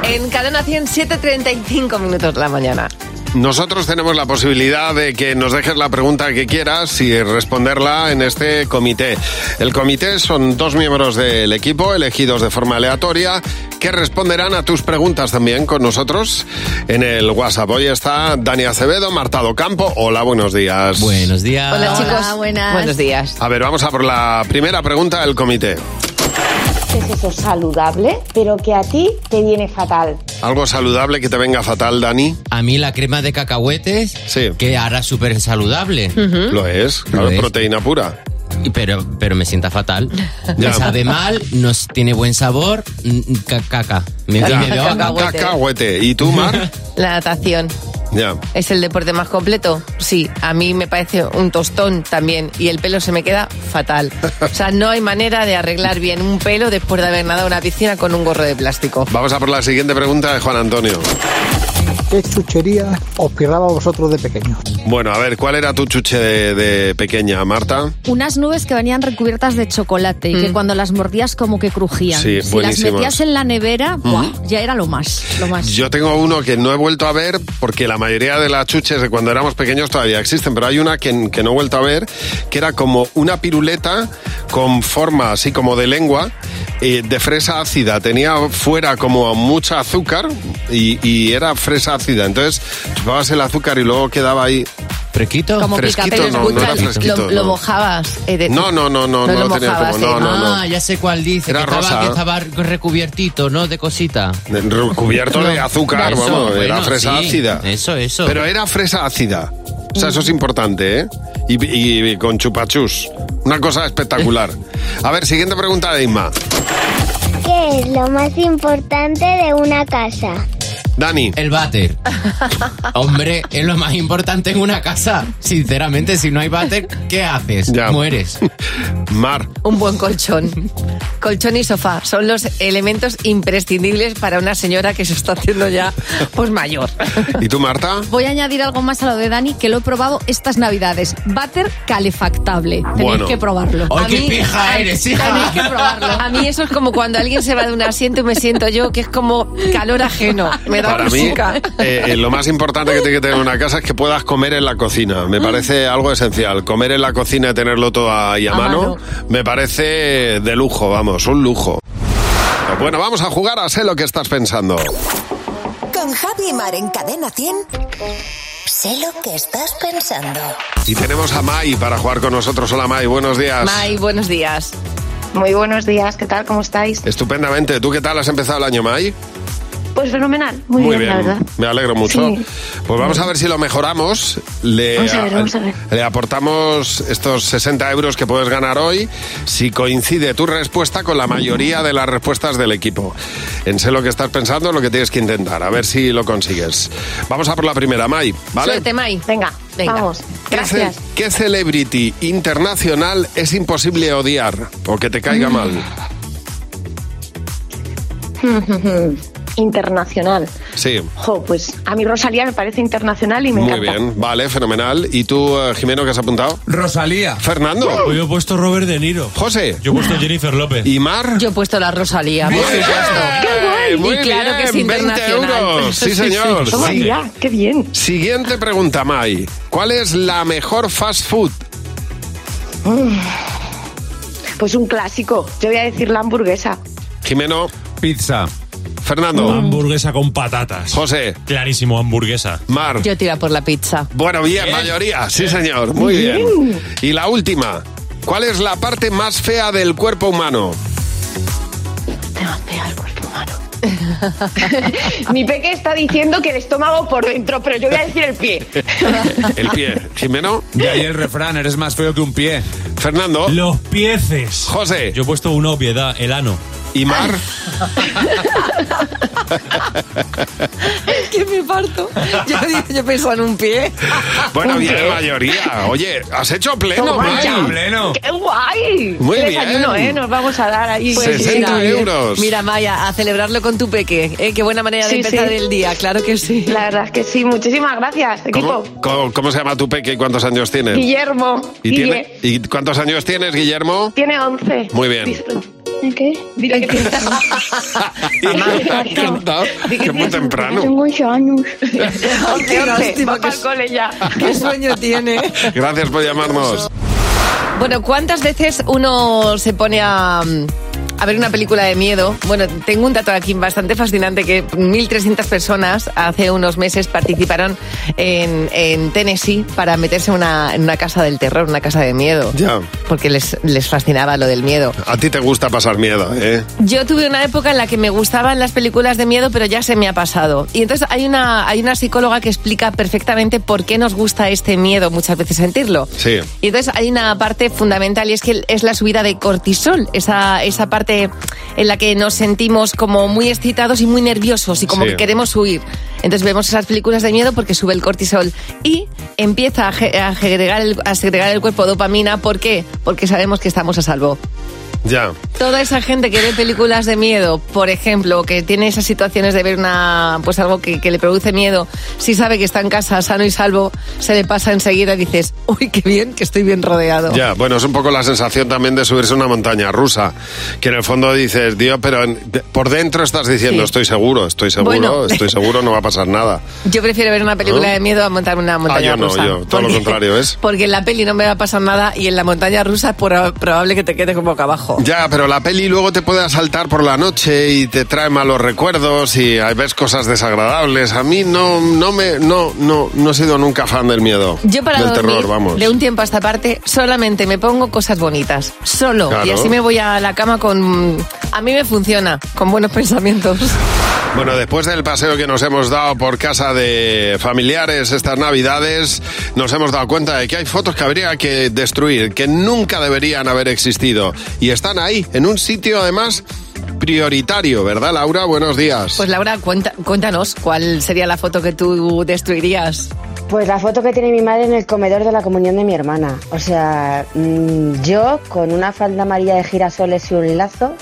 S4: En Cadena 100, 7.35 minutos de la mañana.
S3: Nosotros tenemos la posibilidad de que nos dejes la pregunta que quieras y responderla en este comité. El comité son dos miembros del equipo elegidos de forma aleatoria que responderán a tus preguntas también con nosotros en el WhatsApp. Hoy está Dani Acevedo, Martado Campo. Hola, buenos días.
S17: Buenos días.
S3: Ah,
S4: Hola, chicos.
S18: buenas.
S4: Buenos días.
S3: A ver, vamos a por la primera pregunta del comité.
S18: ¿Qué es eso saludable, pero que a ti te viene fatal?
S3: Algo saludable que te venga fatal, Dani.
S17: A mí la crema de cacahuetes, que ahora es súper saludable.
S4: Hmm.
S18: Ujú.
S3: Lo es, claro, es proteína pura.
S17: Pero, pero me sienta fatal. Pues
S3: Ya.
S17: Me sabe mal, no s- tiene buen sabor, mm, ca- caca. Me,
S4: Ya.
S17: y me veo a caca.
S4: Cacahuete.
S3: Cacahuete. ¿Y tú, Mar?
S4: La natación.
S3: ya.
S4: ¿Es el deporte más completo? Sí, a mí me parece un tostón también y el pelo se me queda fatal. O sea, no hay manera de arreglar bien un pelo después de haber nadado en una piscina con un gorro de plástico.
S3: Vamos a por la siguiente pregunta de Juan Antonio.
S14: qué chuchería os pirraba vosotros de pequeño.
S3: Bueno, a ver, ¿cuál era tu chuche de, de pequeña, Marta?
S19: Unas nubes que venían recubiertas de chocolate y que cuando las mordías como que crujían.
S3: Sí,
S19: si las
S3: buenísimas.
S19: metías en la nevera, ¡buah! ya era lo más, lo más.
S3: Yo tengo uno que no he vuelto a ver porque la mayoría de las chuches de cuando éramos pequeños todavía existen, pero hay una que, que no he vuelto a ver que era como una piruleta con forma así como de lengua eh, de fresa ácida. Tenía fuera como mucha azúcar y, y era fresa ácida. Entonces chupabas el azúcar y luego quedaba ahí.
S17: ¿Fresquito?
S4: Como
S3: fresquito,
S4: pica-
S3: no, no era
S4: escucha,
S3: fresquito.
S4: lo, lo
S3: no.
S4: mojabas. eh, de-
S3: No, no, no, no, no
S4: lo
S3: lo tenía
S4: mojabas,
S3: como- no,
S4: eh.
S3: no, no.
S17: Ah, ya sé cuál dice.
S3: Era
S17: que,
S3: rosa. ¿eh?
S17: Estaba, que estaba recubiertito, ¿no? De cosita.
S3: Cubierto de
S17: No.
S3: azúcar,
S17: Eso,
S3: vamos, era
S17: bueno,
S3: fresa
S17: sí.
S3: ácida.
S17: Eso, eso. Mm.
S3: Pero era fresa ácida. O sea, eso es importante, ¿eh? Y, y- y con chupachús. Una cosa espectacular. A ver, siguiente pregunta de Inma.
S20: ¿Qué es lo más importante de una casa?
S3: Dani.
S17: El váter. Hombre, es lo más importante en una casa. Sinceramente, si no hay váter, ¿qué haces? Mueres.
S3: Mar.
S4: Un buen colchón. Colchón y sofá son los elementos imprescindibles para una señora que se está haciendo ya pues mayor.
S3: ¿Y tú, Marta?
S19: Voy a añadir algo más a lo de Dani que lo he probado estas navidades. Váter calefactable. Tenéis
S17: Bueno.
S19: que probarlo.
S17: ¡Ay,
S19: A
S17: qué
S19: mí-
S17: pija eres, hija!
S19: Tenéis que probarlo.
S4: A mí eso es como cuando alguien se va de un asiento y me siento yo, que es como calor ajeno. Me da
S3: Para mí,
S4: música.
S3: eh, eh, lo más importante que tiene que tener una casa es que puedas comer en la cocina.
S4: Mm.
S3: Me parece algo esencial. Comer en la cocina y tenerlo todo ahí a,
S21: A
S3: mano,
S21: mano.
S3: me parece de lujo, vamos, un lujo. Bueno, vamos a jugar a sé lo que estás pensando.
S22: Con Javi Mar en Cadena 100. Sé lo que estás pensando.
S3: Y tenemos a Mai para jugar con nosotros. Hola Mai, buenos días.
S4: Mai, buenos días.
S23: Muy buenos días, ¿qué tal? ¿Cómo estáis?
S3: Estupendamente. ¿Tú qué tal has empezado el año, Mai?
S23: Pues fenomenal, muy, bien, la verdad.
S3: Me alegro mucho.
S23: Sí.
S3: Pues vamos a ver si lo mejoramos. Le,
S23: Vamos a ver, vamos a ver.
S3: le aportamos estos 60 euros que puedes ganar hoy si coincide tu respuesta con la mayoría de las respuestas del equipo. En sé lo que estás pensando, lo que tienes que intentar, a ver si lo consigues. Vamos a por la primera, Mai, ¿vale?
S4: Suerte, Mai. Venga, venga. Vamos.
S3: ¿Qué ce- ¿Qué celebrity internacional es imposible odiar o que te
S23: Mm.
S3: caiga mal?
S23: internacional.
S3: Sí.
S23: Jo, pues a mí Rosalía me parece internacional y me
S3: Muy
S23: encanta.
S3: bien, vale, fenomenal. ¿Y tú, eh, Jimeno, qué has apuntado?
S24: Rosalía.
S3: Fernando.
S24: Hoy he puesto Robert De Niro.
S3: José.
S24: Yo he puesto Jennifer López.
S3: ¿Y Mar?
S4: Yo he puesto la Rosalía, por supuesto.
S3: Eh, muy
S4: y claro que es
S3: bien, 20
S4: internacional.
S3: euros. Sí, señor.
S23: Toma
S3: Sí.
S23: ya, qué bien.
S3: Siguiente pregunta, Mai. ¿Cuál es la mejor fast food?
S23: Mm. Pues un clásico. Yo voy a decir la hamburguesa.
S3: Jimeno.
S24: Pizza. Mm.
S3: Fernando.
S24: Hamburguesa con patatas.
S3: José.
S24: Clarísimo, hamburguesa.
S3: Mar.
S4: Yo tira por la pizza.
S3: Bueno, bien, mayoría. Sí, señor. Muy bien. Y la última. ¿Cuál es la parte más fea del cuerpo humano?
S23: Mi peque está diciendo que el estómago por dentro, pero yo voy a decir el pie.
S3: El pie. Jimeno.
S24: Y ahí el refrán, eres más feo que un pie.
S3: Fernando.
S24: Los pieces.
S3: José.
S24: Yo he puesto una obviedad, el ano.
S3: ¿Y Mar?
S4: que me parto. Yo, yo pienso en un pie.
S3: Bueno,
S4: Un
S3: bien,
S4: pie.
S3: mayoría. Oye, has hecho pleno,
S23: Toma
S3: Mai.
S23: ya. ¡Qué guay!
S3: Muy
S23: Qué
S3: bien.
S23: desayuno, ¿eh? Nos vamos a dar ahí.
S3: Pues 60 euros.
S4: Mira, Maya, a celebrarlo con tu peque. ¿eh? Qué buena manera de
S23: Sí,
S4: empezar
S23: sí.
S4: el día, claro que sí.
S23: La verdad es que sí. Muchísimas gracias, equipo.
S3: ¿Cómo, cómo, cómo se llama tu peque y cuántos años tiene?
S23: Guillermo.
S3: ¿Y,
S23: Guille.
S3: tiene, ¿Y cuántos años tienes, Guillermo?
S23: Tiene 11.
S3: Muy bien.
S23: ¿Qué? Dile que Ah,
S3: que muy temprano.
S23: Tengo 8 años.
S4: Qué
S23: 11, 11.
S4: lástima
S23: Va
S4: que
S23: pa'l
S4: es-
S23: cole ya.
S4: Qué sueño tiene.
S3: Gracias por llamarnos.
S4: Bueno, ¿cuántas veces uno se pone a, mm, a ver una película de miedo? Bueno, tengo un dato aquí bastante fascinante que 1.300 personas hace unos meses participaron en, en Tennessee para meterse en una, en una casa del terror, una casa de miedo.
S3: Ya.
S4: Porque les, les fascinaba lo del miedo.
S3: A ti te gusta pasar miedo, ¿eh?
S4: Yo tuve una época en la que me gustaban las películas de miedo, pero ya se me ha pasado. Y entonces hay una, hay una psicóloga que explica perfectamente por qué nos gusta este miedo muchas veces sentirlo.
S3: Sí.
S4: Y entonces hay una parte fundamental y es que es la subida de cortisol, esa, esa parte en la que nos sentimos como muy excitados y muy nerviosos y como
S25: Sí.
S4: que queremos huir. Entonces vemos esas películas de miedo porque sube el cortisol y empieza a, ge- a segregar, el, a segregar el cuerpo dopamina. ¿Por qué? Porque sabemos que estamos a salvo.
S3: Ya.
S4: Toda esa gente que ve películas de miedo, por ejemplo, que tiene esas situaciones de ver una, pues algo que, que le produce miedo, si sabe que está en casa sano y salvo, se le pasa enseguida y dices, uy, qué bien, que estoy bien rodeado.
S3: Ya, bueno, es un poco la sensación también de subirse a una montaña rusa, que en el fondo dices, Dios, pero en- de- por dentro estás diciendo,
S4: Sí.
S3: estoy seguro, estoy seguro,
S4: Bueno.
S3: estoy seguro, no va a pasar nada.
S4: Yo prefiero ver una película
S3: ¿No?
S4: de miedo a montar una
S3: Ah,
S4: montaña
S3: yo no,
S4: rusa.
S3: yo, todo lo
S4: Porque-
S3: contrario, ¿ves?
S4: Porque en la peli no me va a pasar nada y en la montaña rusa es proba- probable que te quedes con boca abajo.
S3: Ya, pero la peli luego te puede asaltar por la noche y te trae malos recuerdos y ahí ves cosas desagradables. A mí no, no me, no, no, no he sido nunca fan del miedo,
S4: Yo para
S3: del
S4: dormir,
S3: terror, vamos.
S4: de un tiempo a esta parte, solamente me pongo cosas bonitas. Solo.
S3: Claro.
S4: Y así me voy a la cama con... A mí me funciona, con buenos pensamientos.
S3: Bueno, después del paseo que nos hemos dado por casa de familiares estas navidades, nos hemos dado cuenta de que hay fotos que habría que destruir, que nunca deberían haber existido. Y están ahí, en un sitio además prioritario, ¿verdad, Laura? Buenos días.
S4: Pues Laura, cuenta- cuéntanos cuál sería la foto que tú destruirías.
S23: Pues la foto que tiene mi madre en el comedor de la comunión de mi hermana. O sea, mm, yo con una falda amarilla de girasoles y un lazo,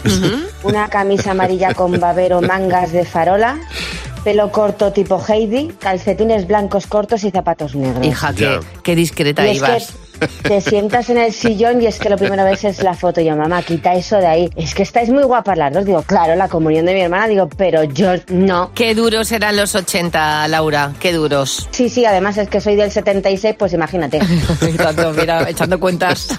S23: una camisa amarilla con babero, mangas de farola, pelo corto tipo Heidi, calcetines blancos cortos y zapatos negros.
S4: Hija, qué, qué discreta
S23: Y es
S4: ibas.
S23: que te sientas en el sillón y es que lo primero ves es la foto. Y Yo, mamá, quita eso de ahí. Es que estáis muy guapas las dos. Digo, claro, la comunión de mi hermana. Digo, pero yo no.
S4: Qué duros eran los 80, Laura, qué duros.
S23: Sí, sí, además es que soy del 76, pues imagínate.
S4: Tanto, mira, echando cuentas.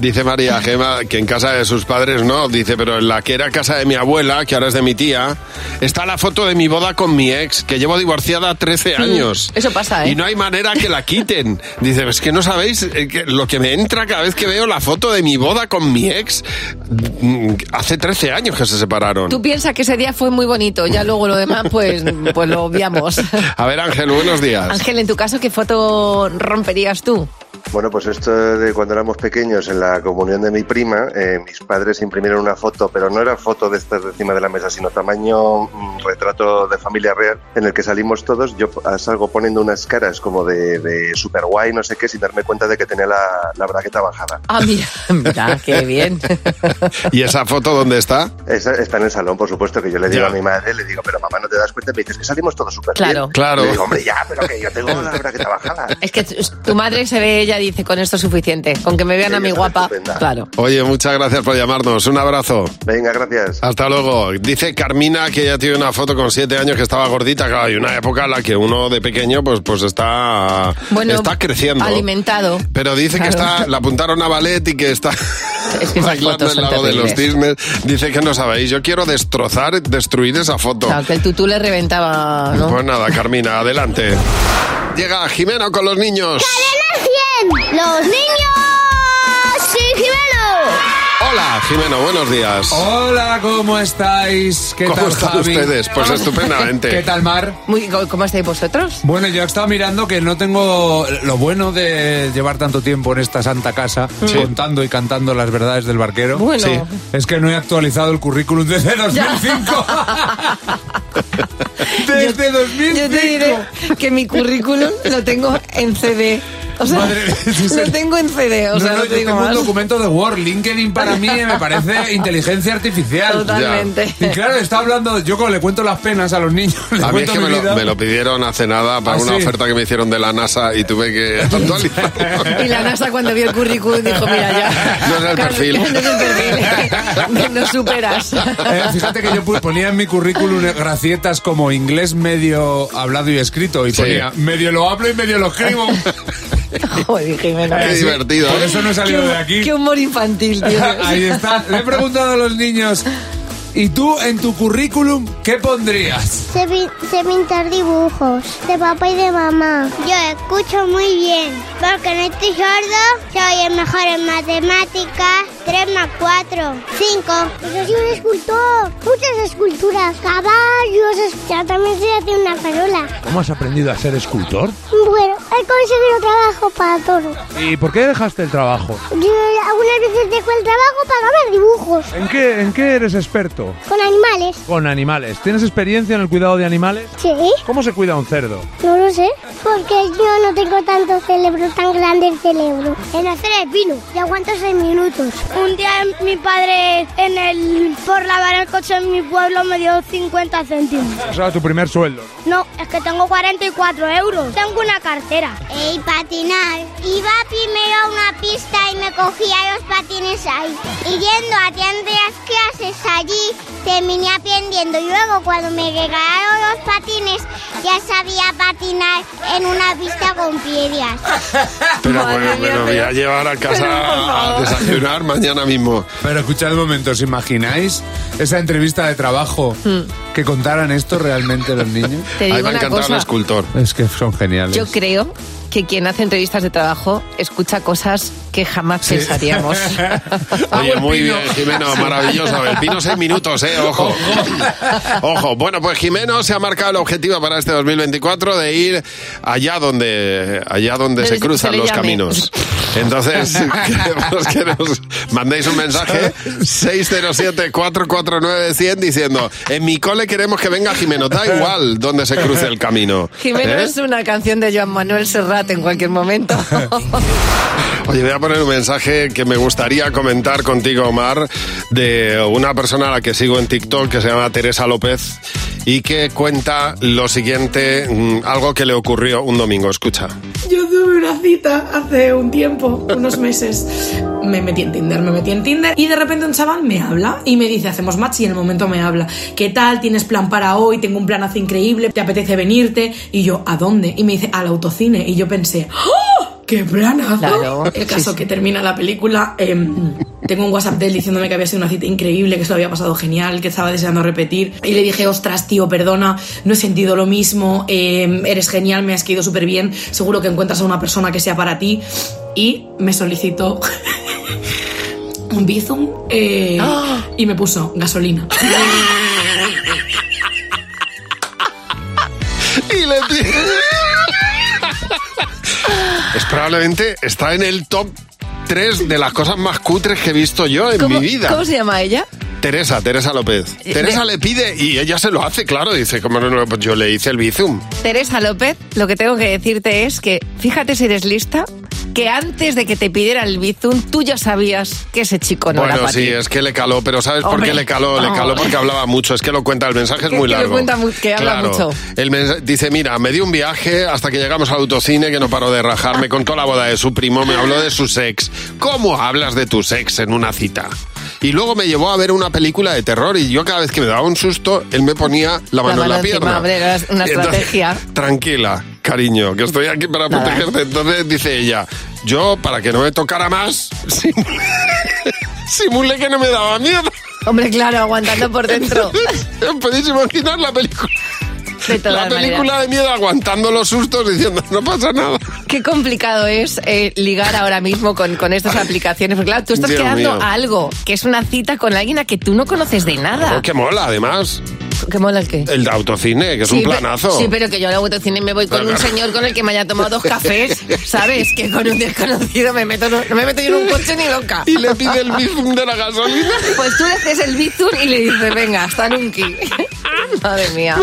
S3: Dice María Gema que en casa de sus padres no, dice, pero en la que era casa de mi abuela, que ahora es de mi tía, está la foto de mi boda con mi ex, que llevo divorciada 13 años.
S4: Eso pasa, ¿eh?
S3: Y no hay manera que la quiten. Dice, es que no sabéis eh, que lo que me entra cada vez que veo la foto de mi boda con mi ex. Mm, Hace 13 años que se separaron.
S4: Tú piensas que ese día fue muy bonito, ya luego lo demás, pues, pues lo obviamos.
S3: A ver, Ángel, buenos días.
S4: Ángel, en tu caso, ¿qué foto romperías tú?
S12: Bueno, pues esto de cuando éramos pequeños en la comunión de mi prima, eh, mis padres imprimieron una foto, pero no era foto de estas de encima de la mesa, sino tamaño mm, retrato de familia real, en el que salimos todos. Yo p- salgo poniendo unas caras como de, de super guay, no sé qué, sin darme cuenta de que tenía la, la bragueta bajada.
S4: Ah, mira, mira, qué bien.
S3: ¿Y esa foto dónde está?
S12: Esa- está en el salón, por supuesto, que yo le digo
S3: Ya.
S12: a mi madre, le digo, pero mamá, ¿no te das cuenta? Y Me dices que salimos todos súper
S4: Claro.
S12: bien.
S3: Claro.
S12: Le digo, hombre, ya, pero que yo tengo la bragueta bajada.
S4: Es que tu, tu madre se ve, ella dice, con esto es suficiente, con que me vean a mi guapa. Claro.
S3: Oye, muchas gracias por llamarnos. Un abrazo.
S12: Venga, gracias.
S3: Hasta luego. Dice Carmina que ella tiene una foto con siete años que estaba gordita. Claro, hay una época en la que uno de pequeño pues, pues está,
S4: Bueno,
S3: está creciendo.
S4: Alimentado.
S3: Pero dice que
S4: Claro.
S3: está, la apuntaron a ballet y que está
S4: Es que esas
S3: bailando
S4: fotos
S3: al
S4: son
S3: lado de los
S4: terribles.
S3: cisnes. Dice que no sabéis. Yo quiero destrozar, destruir esa foto.
S4: Claro, que el tutú le reventaba, ¿no?
S3: Pues nada, Carmina, adelante. Llega Jimeno con los niños.
S20: ¡Los niños! ¡Sí,
S3: Hola, Ah, Jimeno, buenos días.
S1: Hola, ¿cómo estáis? ¿Qué
S3: ¿Cómo
S1: tal,
S3: están
S1: Javi?
S3: ustedes? Pues estupendamente.
S1: ¿Qué tal, Mar?
S4: Muy, ¿Cómo estáis vosotros?
S1: Bueno, yo he estado mirando que no tengo lo bueno de llevar tanto tiempo en esta santa casa
S4: Sí.
S1: contando y cantando las verdades del barquero.
S4: Bueno. Sí.
S1: Es que no he actualizado el currículum desde 2005.
S4: Desde 2005. Yo te diré que mi currículum lo tengo en CD. O sea,
S1: Madre,
S4: lo tengo en CD, o sea,
S1: no, no,
S4: no, te
S1: yo
S4: digo
S1: tengo
S4: más.
S1: un documento de Word. LinkedIn para mí me parece inteligencia artificial.
S4: Totalmente.
S1: Y claro, está hablando, yo cuando le cuento las penas a los niños, les
S3: A mí es
S1: cuento
S3: que
S1: mi
S3: me lo,
S1: vida.
S3: me lo pidieron hace nada para
S1: ¿Ah,
S3: una
S1: sí?
S3: oferta que me hicieron de la NASA y tuve que actualizar.
S4: Y la NASA cuando vio el currículum dijo, mira ya.
S3: No es el perfil.
S4: No es el perfil. No superas.
S1: Eh, fíjate que yo pu- ponía en mi currículum gracietas como inglés medio hablado y escrito y
S3: Sí.
S1: ponía medio lo hablo y medio lo escribo.
S4: Joder, Jimena.
S1: Eh, sí, Por eso no he salido
S4: Qué-
S1: de aquí.
S4: Qué humor infantil, tío.
S1: Eh, Ahí está. Le he preguntado a los niños, ¿y tú en tu currículum qué pondrías?
S20: Sé, pin- sé pintar dibujos de papá y de mamá. Yo escucho muy bien. Porque no estoy sordo, soy el mejor en matemáticas. 3 más 4, 5. Yo Pues soy un escultor. Muchas esculturas. Caballos. es- Yo también sé hacer una farola.
S2: ¿Cómo has aprendido a ser escultor?
S20: Bueno, He conseguido trabajo para todo.
S2: ¿Y por qué dejaste el trabajo?
S20: Yo algunas veces dejo el trabajo para grabar dibujos
S2: ¿En qué, ¿En qué eres experto?
S20: con animales.
S2: Con animales. ¿Tienes experiencia en el cuidado de animales?
S20: Sí,
S2: ¿Cómo se cuida un cerdo?
S20: no lo sé. Porque yo no tengo tanto cerebro, tan grande el cerebro. En hacer el pino, y aguanto seis minutos. Un día mi padre, en el por lavar el coche en mi pueblo, me dio 50 céntimos.
S2: O sea, tu primer sueldo.
S20: No, es que tengo 44 euros. Tengo una cartera. Y patinar. Iba primero a una pista y me cogía los patines ahí. Y yendo a tiendas clases allí, terminé aprendiendo. Y luego cuando me regalaron los patines, ya sabía patinar en una pista con piedras.
S3: Pero bueno, pues, me lo voy a llevar a casa a desayunar mañana mismo.
S1: Pero escuchad un momento, ¿os imagináis esa entrevista de trabajo que contaran esto realmente los niños?
S4: Hmm. Te digo Ahí va a una encantar al cosa.
S3: escultor.
S1: Es que son geniales.
S4: Yo creo que quien hace entrevistas de trabajo escucha cosas que jamás pensaríamos.
S1: Ah,
S3: Oye, muy bien, Jimeno, maravilloso. El pino seis minutos, eh, ojo. Ojo. Bueno, pues Jimeno se ha marcado el objetivo para este 2024 de ir allá donde, allá donde
S5: Donde
S3: se
S5: se
S3: cruzan
S5: le
S3: los
S5: llame.
S3: caminos. Entonces, queremos que nos mandéis un mensaje 607-449-100 diciendo, en mi cole queremos que venga Jimeno, da igual donde se cruce el camino.
S4: Jimeno
S3: ¿Eh?
S4: es una canción de Joan Manuel Serrat en cualquier momento.
S3: Oye, voy a poner un mensaje que me gustaría comentar contigo, Omar, de una persona a la que sigo en TikTok que se llama Teresa López y que cuenta lo siguiente, mm, algo que le ocurrió un domingo. Escucha.
S6: Yo tuve una cita hace un tiempo, unos meses. Me metí en Tinder, me metí en Tinder y de repente un chaval me habla y me dice, hacemos match y en el momento me habla, ¿qué tal? ¿Tienes plan para hoy? Tengo un planazo increíble, ¿te apetece venirte? Y yo, ¿a dónde? Y me dice, al autocine. Y yo pensé, ¡oh! ¡Qué planazo!
S5: Claro,
S6: el
S5: sí,
S6: caso
S5: sí.
S6: que termina la película, em, tengo un WhatsApp de él diciéndome que había sido una cita increíble, que se lo había pasado genial, que estaba deseando repetir. Y le dije, ostras, tío, perdona, no he sentido lo mismo, em, eres genial, me has caído súper bien, seguro que encuentras a una persona que sea para ti. Y me solicitó un bizum eh,
S3: ¡Ah!
S6: y me puso gasolina.
S3: Y le Es probablemente está en el top 3 de las cosas más cutres que he visto yo en mi vida.
S4: ¿Cómo se llama ella?
S3: Teresa, Teresa López.
S4: Eh,
S3: Teresa
S4: de-
S3: le pide y ella se lo hace, claro, dice, como no, no, pues yo le hice el bizum.
S4: Teresa López, lo que tengo que decirte es que fíjate si eres lista, que antes de que te pidiera el bizum, tú ya sabías que ese chico no era
S3: Bueno,
S4: para
S3: sí,
S4: ti.
S3: es que le caló, pero ¿sabes por
S4: Hombre,
S3: qué le caló? Le
S4: no.
S3: caló porque hablaba mucho, es que lo cuenta, el mensaje es
S4: Que-
S3: muy
S4: que lo
S3: largo.
S4: cuenta mu- que habla mucho.
S3: El mensa- dice, mira, me dio un viaje hasta que llegamos al autocine que no paró de rajarme, contó la boda de su primo, me habló de su sex. ¿Cómo hablas de tu sex en una cita? Y luego me llevó a ver una película de terror y yo cada vez que me daba un susto, él me ponía la mano, en la
S4: encima,
S3: pierna.
S4: hombre, era una
S3: Y entonces-
S4: estrategia.
S3: Tranquila, cariño, que estoy aquí para
S4: Nada.
S3: protegerte. Entonces dice ella, yo para que no me tocara más, simulé, simulé que no me daba miedo.
S4: Hombre, claro, aguantando por dentro.
S3: Podéis imaginar la película.
S4: De todas
S3: la película
S4: maneras.
S3: de miedo aguantando los sustos diciendo no pasa nada.
S4: Qué complicado es eh, ligar ahora mismo con, con estas aplicaciones. Porque claro, tú estás
S3: Dios
S4: quedando
S3: mío.
S4: a algo, que es una cita con alguien a que tú no conoces de nada.
S3: Oh, que mola, además.
S4: ¿Qué mola el qué?
S3: El de autocine, que es un
S4: pe-
S3: planazo.
S4: sí, pero que yo al autocine me voy con
S3: Claro.
S4: un señor con el que me haya tomado dos cafés, ¿sabes? Que con un desconocido me meto, no me meto yo en un coche ni loca.
S3: Y le pide el bizum de la gasolina.
S4: Pues tú le haces el bizum y le dices, venga, hasta nunca. Madre mía.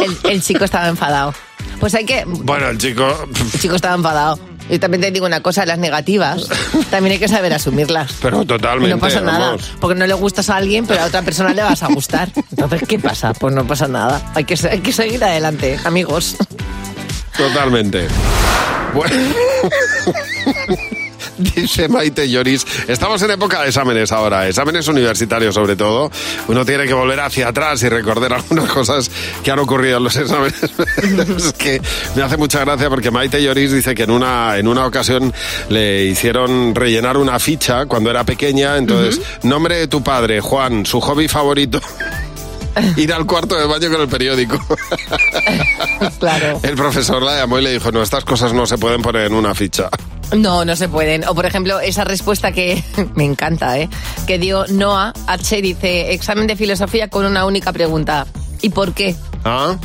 S4: El, el chico estaba enfadado. Pues hay que...
S3: Bueno, el chico.
S4: El chico estaba enfadado. Yo también te digo una cosa, las negativas también hay que saber asumirlas.
S3: Pero totalmente.
S4: No pasa nada,
S3: vamos.
S4: porque no le gustas a alguien, pero a otra persona le vas a gustar. Entonces, ¿qué pasa? Pues no pasa nada. Hay que, se- hay que seguir adelante, amigos.
S3: Totalmente. Bueno. Dice Maite Lloris, estamos en época de exámenes ahora, exámenes universitarios sobre todo. Uno tiene que volver hacia atrás y recordar algunas cosas que han ocurrido en los exámenes. es que me hace mucha gracia porque Maite Lloris dice que en una, en una ocasión le hicieron rellenar una ficha cuando era pequeña. Entonces, nombre de tu padre, Juan, su hobby favorito. Ir al cuarto de baño con el periódico.
S4: Claro.
S3: El profesor la llamó y le dijo, no, estas cosas no se pueden poner en una ficha.
S4: No, no se pueden. O por ejemplo, esa respuesta que me encanta, ¿eh? Que dio Noah H. Dice, examen de filosofía con una única pregunta. ¿Y por qué?
S3: Ah,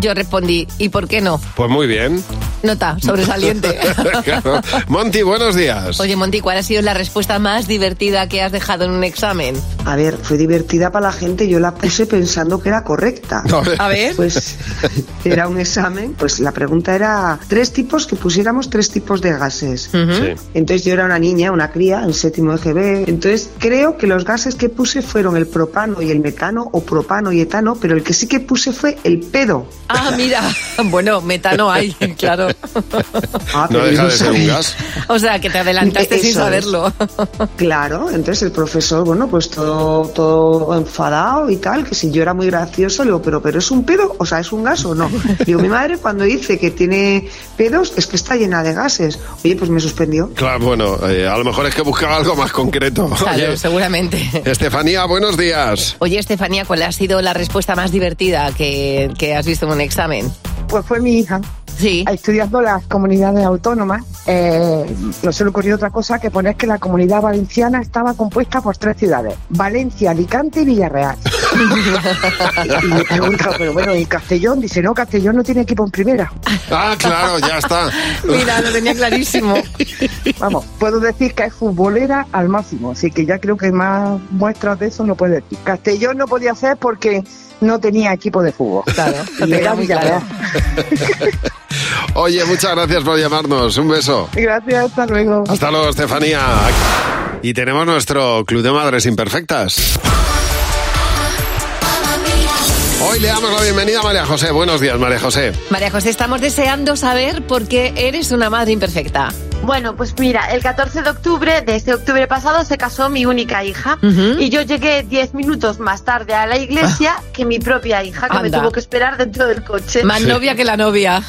S4: Yo respondí, ¿y por qué no?
S3: pues muy bien.
S4: Nota, sobresaliente.
S3: Claro. Monty, buenos días.
S4: Oye, Monty, ¿cuál ha sido la respuesta más divertida que has dejado en un examen?
S5: A ver, fue divertida para la gente, yo la puse pensando que era correcta.
S4: A ver.
S5: Pues era un examen, pues la pregunta era tres tipos, que pusiéramos tres tipos de gases.
S3: Sí.
S5: Entonces yo era una niña, una cría, en séptimo EGB. Entonces creo que los gases que puse fueron el propano y el metano, o propano y etano, pero el que sí que puse fue el pedo.
S4: Ah, mira. Bueno, metano hay, claro.
S3: no
S5: pero
S3: deja
S5: no
S3: de ser un
S5: sabía.
S3: gas.
S4: O sea, que te adelantaste sin
S5: Eso es.
S4: saberlo.
S5: Claro, entonces el profesor, bueno, pues todo, todo enfadado y tal, que si yo era muy gracioso, le digo, pero, pero es un pedo, o sea, es un gas o no. Digo, mi madre cuando dice que tiene pedos es que está llena de gases. Oye, pues me suspendió.
S3: Claro, bueno, eh, a lo mejor es que buscaba algo más concreto.
S4: Claro,
S3: Oye,
S4: seguramente.
S3: Estefanía, buenos días.
S4: Oye, Estefanía, ¿cuál ha sido la respuesta más divertida que, que has visto en un examen?
S7: Pues fue mi hija. Estudiando las comunidades autónomas, eh, no se le ocurrió otra cosa que poner que la comunidad valenciana estaba compuesta por tres ciudades: Valencia, Alicante y Villarreal. y me pregunta, pero bueno, ¿y Castellón? Dice, no, Castellón no tiene equipo en primera.
S3: Ah, claro, ya está.
S4: tenía clarísimo.
S7: Vamos, puedo decir que es futbolera al máximo, así que ya creo que más muestras de eso no puede decir. Castellón no podía ser porque no tenía equipo de fútbol.
S4: Claro,
S7: y era Villarreal.
S3: Oye, muchas gracias por llamarnos. Un beso.
S7: Gracias, hasta luego.
S3: Hasta luego, Estefanía. Y tenemos nuestro Club de Madres Imperfectas. Hoy le damos la bienvenida a María José. Buenos días, María José.
S4: María José, estamos deseando saber por qué eres una madre imperfecta.
S8: Bueno, pues mira, el 14 de octubre de este octubre pasado se casó mi única hija
S4: Ujú. Ah.
S8: y yo llegué 10 minutos más tarde a la iglesia que mi propia hija, que
S4: Anda.
S8: me tuvo que esperar dentro del coche.
S4: Más novia que la novia.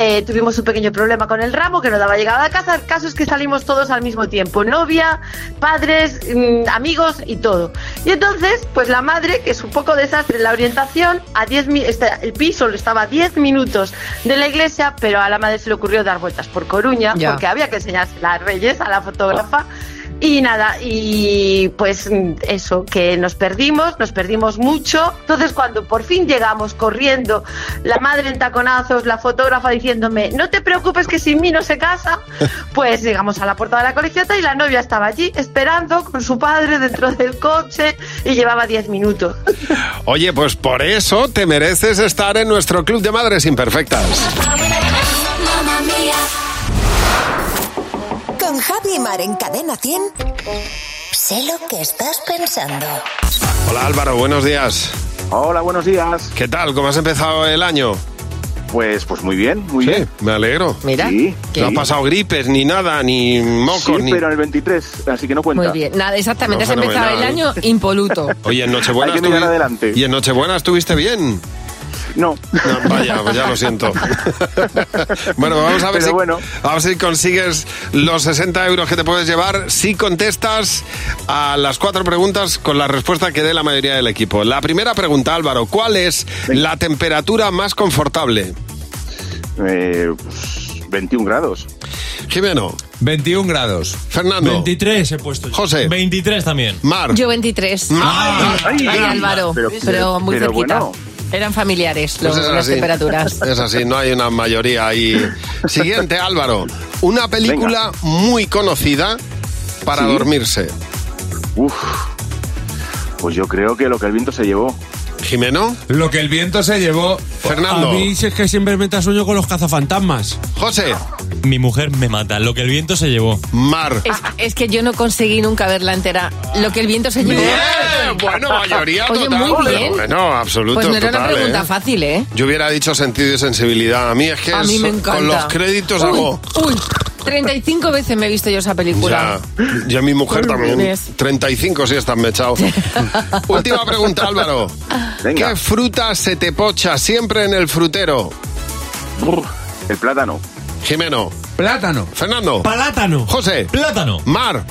S8: Eh, tuvimos un pequeño problema con el ramo que no daba llegada a casa. El caso es que salimos todos al mismo tiempo: novia, padres, mm, amigos y todo. Y entonces, pues la madre, que es un poco desastre en la orientación, a 10 mi- está- el piso estaba a 10 minutos de la iglesia, pero a la madre se le ocurrió dar vueltas por Coruña,
S21: Ya.
S8: porque había que enseñarse las Reyes a la fotógrafa. Y nada, y pues mm, eso, que nos perdimos, nos perdimos mucho. Entonces cuando por fin llegamos corriendo, la madre en taconazos, la fotógrafa diciéndome, no te preocupes que sin mí no se casa, pues llegamos a la puerta de la colegiata y la novia estaba allí esperando con su padre dentro del coche y llevaba 10 minutos.
S3: Oye, pues por eso te mereces estar en nuestro Club de Madres Imperfectas.
S22: Con Javi Mar en Cadena 100. Sé lo que estás pensando.
S3: Hola Álvaro, buenos días.
S21: Hola, buenos días.
S3: ¿Qué tal? ¿Cómo has empezado el año?
S21: Pues, pues muy bien, muy
S3: bien. Me alegro.
S21: Mira, Sí, qué
S3: no ha
S21: bien.
S3: pasado gripes, ni nada, ni mocos,
S21: sí,
S3: ni.
S21: pero en el 23, así que no cuenta.
S4: Muy bien. Nada, exactamente.
S3: No,
S4: Has empezado el
S3: fenomenal.
S4: año impoluto.
S3: Oye, en Nochebuena
S21: Hay que mirar
S3: estuvi-
S21: adelante.
S3: ¿Y en Nochebuena estuviste bien?
S21: No.
S3: Vaya, pues ya lo siento. bueno, pues vamos a ver
S21: Pero
S3: si.
S21: bueno.
S3: a ver si consigues los 60 euros que te puedes llevar si contestas a las cuatro preguntas con la respuesta que dé la mayoría del equipo. La primera pregunta, Álvaro, ¿cuál es la temperatura más confortable?
S21: Eh, pues, 21 grados.
S3: Jimeno.
S24: 21 grados.
S3: Fernando.
S24: 23 he puesto yo.
S3: José.
S24: 23 también.
S3: Mar.
S4: Yo 23.
S3: Ay,
S4: Ay,
S3: Ah, ay,
S4: Álvaro. Pero,
S3: pero-
S4: muy
S3: pero
S4: cerquita.
S3: bueno.
S4: Eran familiares los-
S3: Pues es
S4: las
S3: así.
S4: temperaturas.
S3: Es así, no hay una mayoría ahí. Siguiente, Álvaro. Una película muy conocida para
S21: Sí.
S3: dormirse.
S21: Uf. Pues yo creo que lo que el viento se llevó.
S3: Jimeno.
S24: Lo que el viento se llevó.
S3: Fernando.
S24: A mí si es que siempre me sueño con los cazafantasmas.
S3: José.
S24: Mi mujer me mata. Lo que el viento se llevó.
S3: Mar.
S4: Es, es que yo no conseguí nunca verla entera. Lo que el viento se llevó.
S3: Bueno, mayoría
S4: Oye,
S3: total.
S4: muy
S3: pero
S4: bien.
S3: Bueno, absoluto,
S4: Pues no era una
S3: total,
S4: pregunta
S3: ¿eh?
S4: fácil, ¿eh?
S3: Yo hubiera dicho sentido y sensibilidad. A mí es que
S4: A mí
S3: es-
S4: me encanta.
S3: con los créditos
S4: Uy,
S3: hago.
S4: Uy, 35 veces me he visto yo esa película.
S3: Ya, ya mi mujer
S4: Con
S3: también.
S4: lunes.
S3: 35 si estás mechado. Última pregunta, Álvaro. ¿Qué fruta se te pocha siempre en el frutero?
S21: El plátano.
S3: Jimeno.
S24: Plátano.
S3: Fernando.
S24: Plátano.
S3: José.
S24: Plátano.
S3: Mar.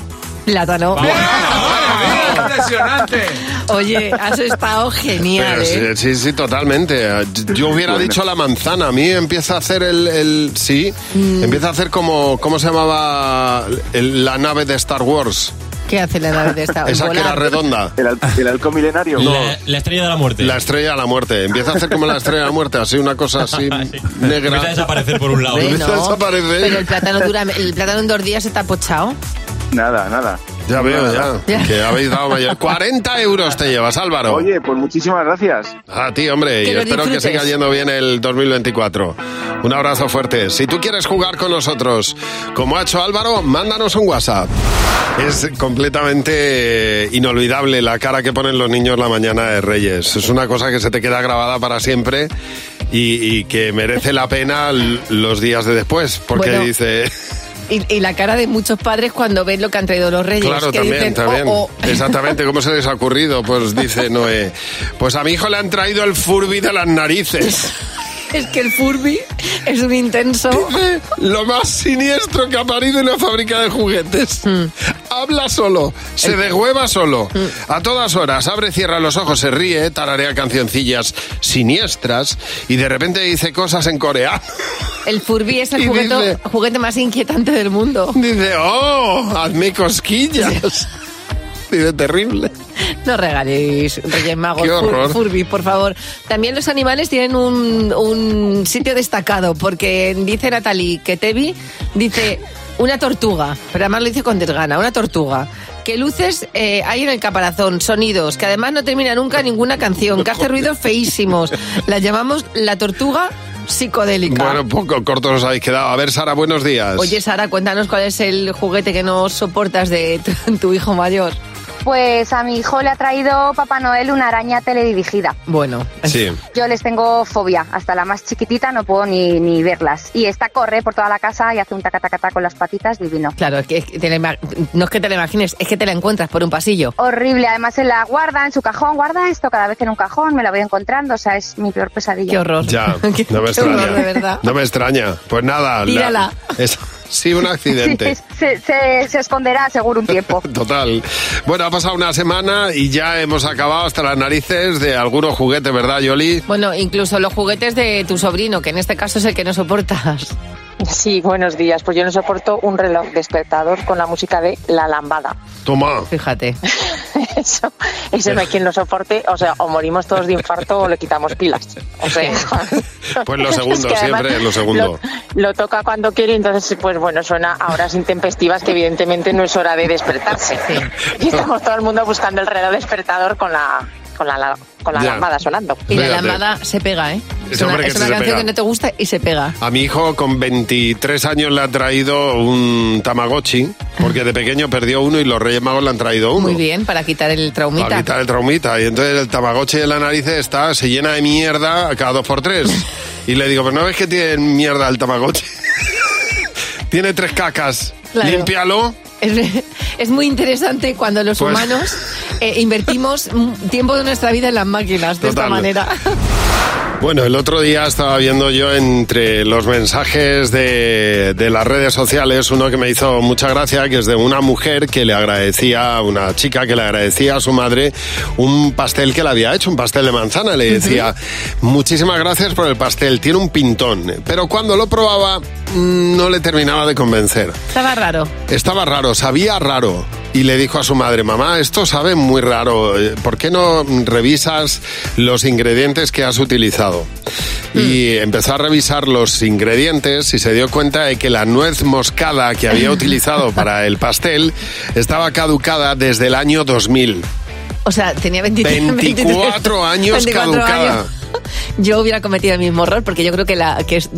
S4: Plátano.
S24: Impresionante.
S4: Oye, has estado genial,
S3: Pero
S4: ¿eh?
S3: sí, sí, sí, totalmente. Yo hubiera
S21: Bueno.
S3: dicho la manzana. A mí empieza a hacer el... el-
S4: Mm.
S3: sí, empieza a hacer como... ¿Cómo se llamaba el- la nave de Star Wars?
S4: ¿Qué hace la nave de esta?
S3: Esa que era
S4: Volar.
S3: redonda.
S21: ¿El, halcón milenario?
S3: La,
S24: estrella de la muerte.
S3: La estrella de la muerte. Empieza a hacer como la estrella de la muerte, así una cosa así negra.
S24: Empieza a desaparecer por un lado.
S4: Hombre,
S3: Empieza a
S4: no,
S3: desaparecer.
S4: Pero el plátano dura, el plátano en dos días está pochado.
S21: Nada, nada.
S3: Ya veo,
S21: Nada.
S3: ya. Que habéis dado mayor. 40 euros te llevas, Álvaro.
S21: Oye, pues muchísimas gracias.
S3: A ti, hombre,
S21: Que
S3: y
S21: lo
S3: espero que
S21: disfrutes.
S3: siga yendo bien el 2024. Un abrazo fuerte. Si tú quieres jugar con nosotros, como ha hecho Álvaro, mándanos un WhatsApp. Es completamente eh, inolvidable la cara que ponen los niños la mañana de Reyes. Es una cosa que se te queda grabada para siempre y, y que merece la pena l- los días de después, porque
S4: Bueno.
S3: dice...
S4: Y, y la cara de muchos padres cuando ven lo que han traído los reyes.
S3: Claro,
S4: que
S3: también,
S4: dicen,
S3: también.
S4: "Oh, oh".
S3: Exactamente, ¿cómo se les ha ocurrido? Pues dice Noé, pues a mi hijo le han traído el Furby de las narices.
S4: Es que el Furby es un intenso.
S3: Lo más siniestro que ha parido en la fábrica de juguetes.
S9: Mm.
S3: Habla solo, se deshueva solo.
S9: Mm.
S3: A todas horas abre y cierra los ojos, se ríe, tararea cancioncillas siniestras y de repente dice cosas en coreano.
S4: El Furby es el
S3: Y
S4: jugueto-
S3: dice-
S4: juguete más inquietante del mundo.
S3: Dice, ¡oh! Hazme cosquillas. Dice, terrible.
S4: No regaléis Reyes Magos
S3: Qué
S4: Fur-
S3: horror.
S4: Furby, por favor. También los animales tienen un, un sitio destacado, porque dice Natalie que Tevi dice una tortuga, pero además lo dice con desgana, una tortuga. Que luces eh, hay en el caparazón, sonidos, que además no termina nunca ninguna canción, que hace ruidos feísimos. La llamamos la tortuga psicodélica.
S3: Bueno, pues poco cortos os habéis quedado. A ver, Sara, buenos días.
S4: Oye, Sara, cuéntanos cuál es el juguete que no soportas de tu- tu hijo mayor.
S9: Pues a mi hijo le ha traído Papá Noel una araña teledirigida.
S4: Bueno,
S3: sí.
S9: Yo les tengo fobia, hasta la más chiquitita no puedo ni, ni verlas. Y esta corre por toda la casa y hace un tacatacatá con las patitas divino.
S4: Claro, es que, es que te la ima- no es que te la imagines, es que te la encuentras por un pasillo.
S9: Horrible, además se la guarda en su cajón, guarda esto cada vez en un cajón, me la voy encontrando, o sea, es mi peor pesadilla.
S4: Qué horror.
S3: Ya, no me
S9: qué horror,
S3: extraña.
S9: de verdad.
S3: No me extraña. Pues nada. la-
S9: Tírala.
S3: es- sí, un accidente.
S9: Sí, se, se- se esconderá seguro un tiempo.
S3: Total. Bueno, ha pasado una semana y ya hemos acabado hasta las narices de algunos juguetes, ¿verdad, Yoli?
S4: Bueno, incluso los juguetes de tu sobrino, que en este caso es el que no soportas.
S10: Sí, buenos días. Pues yo no soporto un reloj despertador con la música de La Lambada.
S3: Toma.
S4: Fíjate.
S10: Eso, eso no hay quien lo soporte. O sea, o morimos todos de infarto o le quitamos pilas. O sea,
S3: Pues lo segundo,
S10: es que además
S3: siempre lo segundo.
S10: Lo, lo toca cuando quiere, entonces, pues bueno, suena a horas intempestivas que evidentemente no es hora de despertarse. Y estamos todo el mundo buscando el reloj despertador con la, con la, la- con la
S3: Ya.
S10: lambada sonando.
S4: Y la
S3: Fíjate.
S4: lambada se pega, ¿eh?
S3: Ese
S4: Es una,
S3: hombre que
S4: es
S3: se
S4: una
S3: se
S4: canción
S3: pega.
S4: que no te gusta y se pega.
S3: A mi hijo con 23 años le ha traído un Tamagotchi, porque de pequeño perdió uno y los Reyes Magos le han traído uno.
S4: Muy bien, para quitar el traumita.
S3: Para quitar el traumita. Y entonces el tamagotchi de la nariz está, se llena de mierda cada dos por tres. Y le digo, pero ¿no ves que tiene mierda el tamagotchi? tiene tres cacas.
S4: Claro.
S3: Límpialo.
S4: Es, es muy interesante cuando los
S3: Pues-
S4: humanos eh, invertimos mm, tiempo de nuestra vida en las máquinas de esta
S3: Total.
S4: manera.
S3: Bueno, el otro día estaba viendo yo entre los mensajes de, de las redes sociales uno que me hizo mucha gracia, que es de una mujer que le agradecía, una chica que le agradecía a su madre un pastel que le había hecho, un pastel de manzana. Le decía, muchísimas gracias por el pastel, tiene un pintón. Pero cuando lo probaba, mm, no le terminaba de convencer.
S4: Estaba raro.
S3: Estaba raro, sabía raro. Y le dijo a su madre, mamá, esto sabe muy raro, eh, ¿por qué no revisas los ingredientes que has utilizado? Y empezó a revisar los ingredientes y se dio cuenta de que la nuez moscada que había utilizado para el pastel estaba caducada desde el año 2000.
S4: O sea, tenía 23,
S3: 24 años
S4: 24
S3: caducada.
S4: años. Yo hubiera cometido el mismo error porque yo creo que, la, que, es-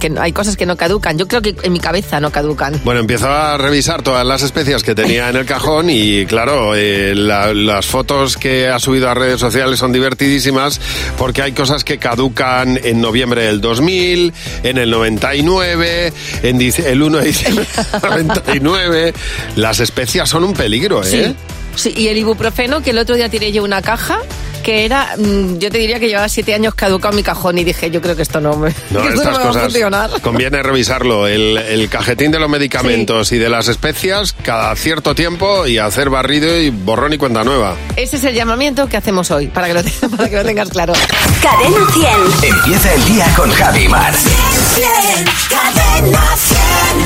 S4: que hay cosas que no caducan. Yo creo que en mi cabeza no caducan.
S3: Bueno, empezó a revisar todas las especias que tenía en el cajón y claro, eh, la- las fotos que ha subido a redes sociales son divertidísimas porque hay cosas que caducan en noviembre del 2000, en el 99, en dic- el 1 de diciembre del 99. Las especias son un peligro, ¿eh?
S4: Sí, sí. Y el ibuprofeno, que el otro día tiré yo una caja que era, mm, yo te diría que llevaba siete años caducado mi cajón y dije, yo creo que esto no me,
S3: No,
S4: que esto no
S3: estas
S4: me va a
S3: cosas
S4: funcionar.
S3: conviene revisarlo. El, el cajetín de los medicamentos y de las especias cada cierto tiempo y hacer barrido y borrón y cuenta nueva.
S4: Ese es el llamamiento que hacemos hoy, para que lo, te- para que lo tengas claro.
S22: Cadena 100.
S11: Empieza el día con Javi Mar.
S22: Cadena 100.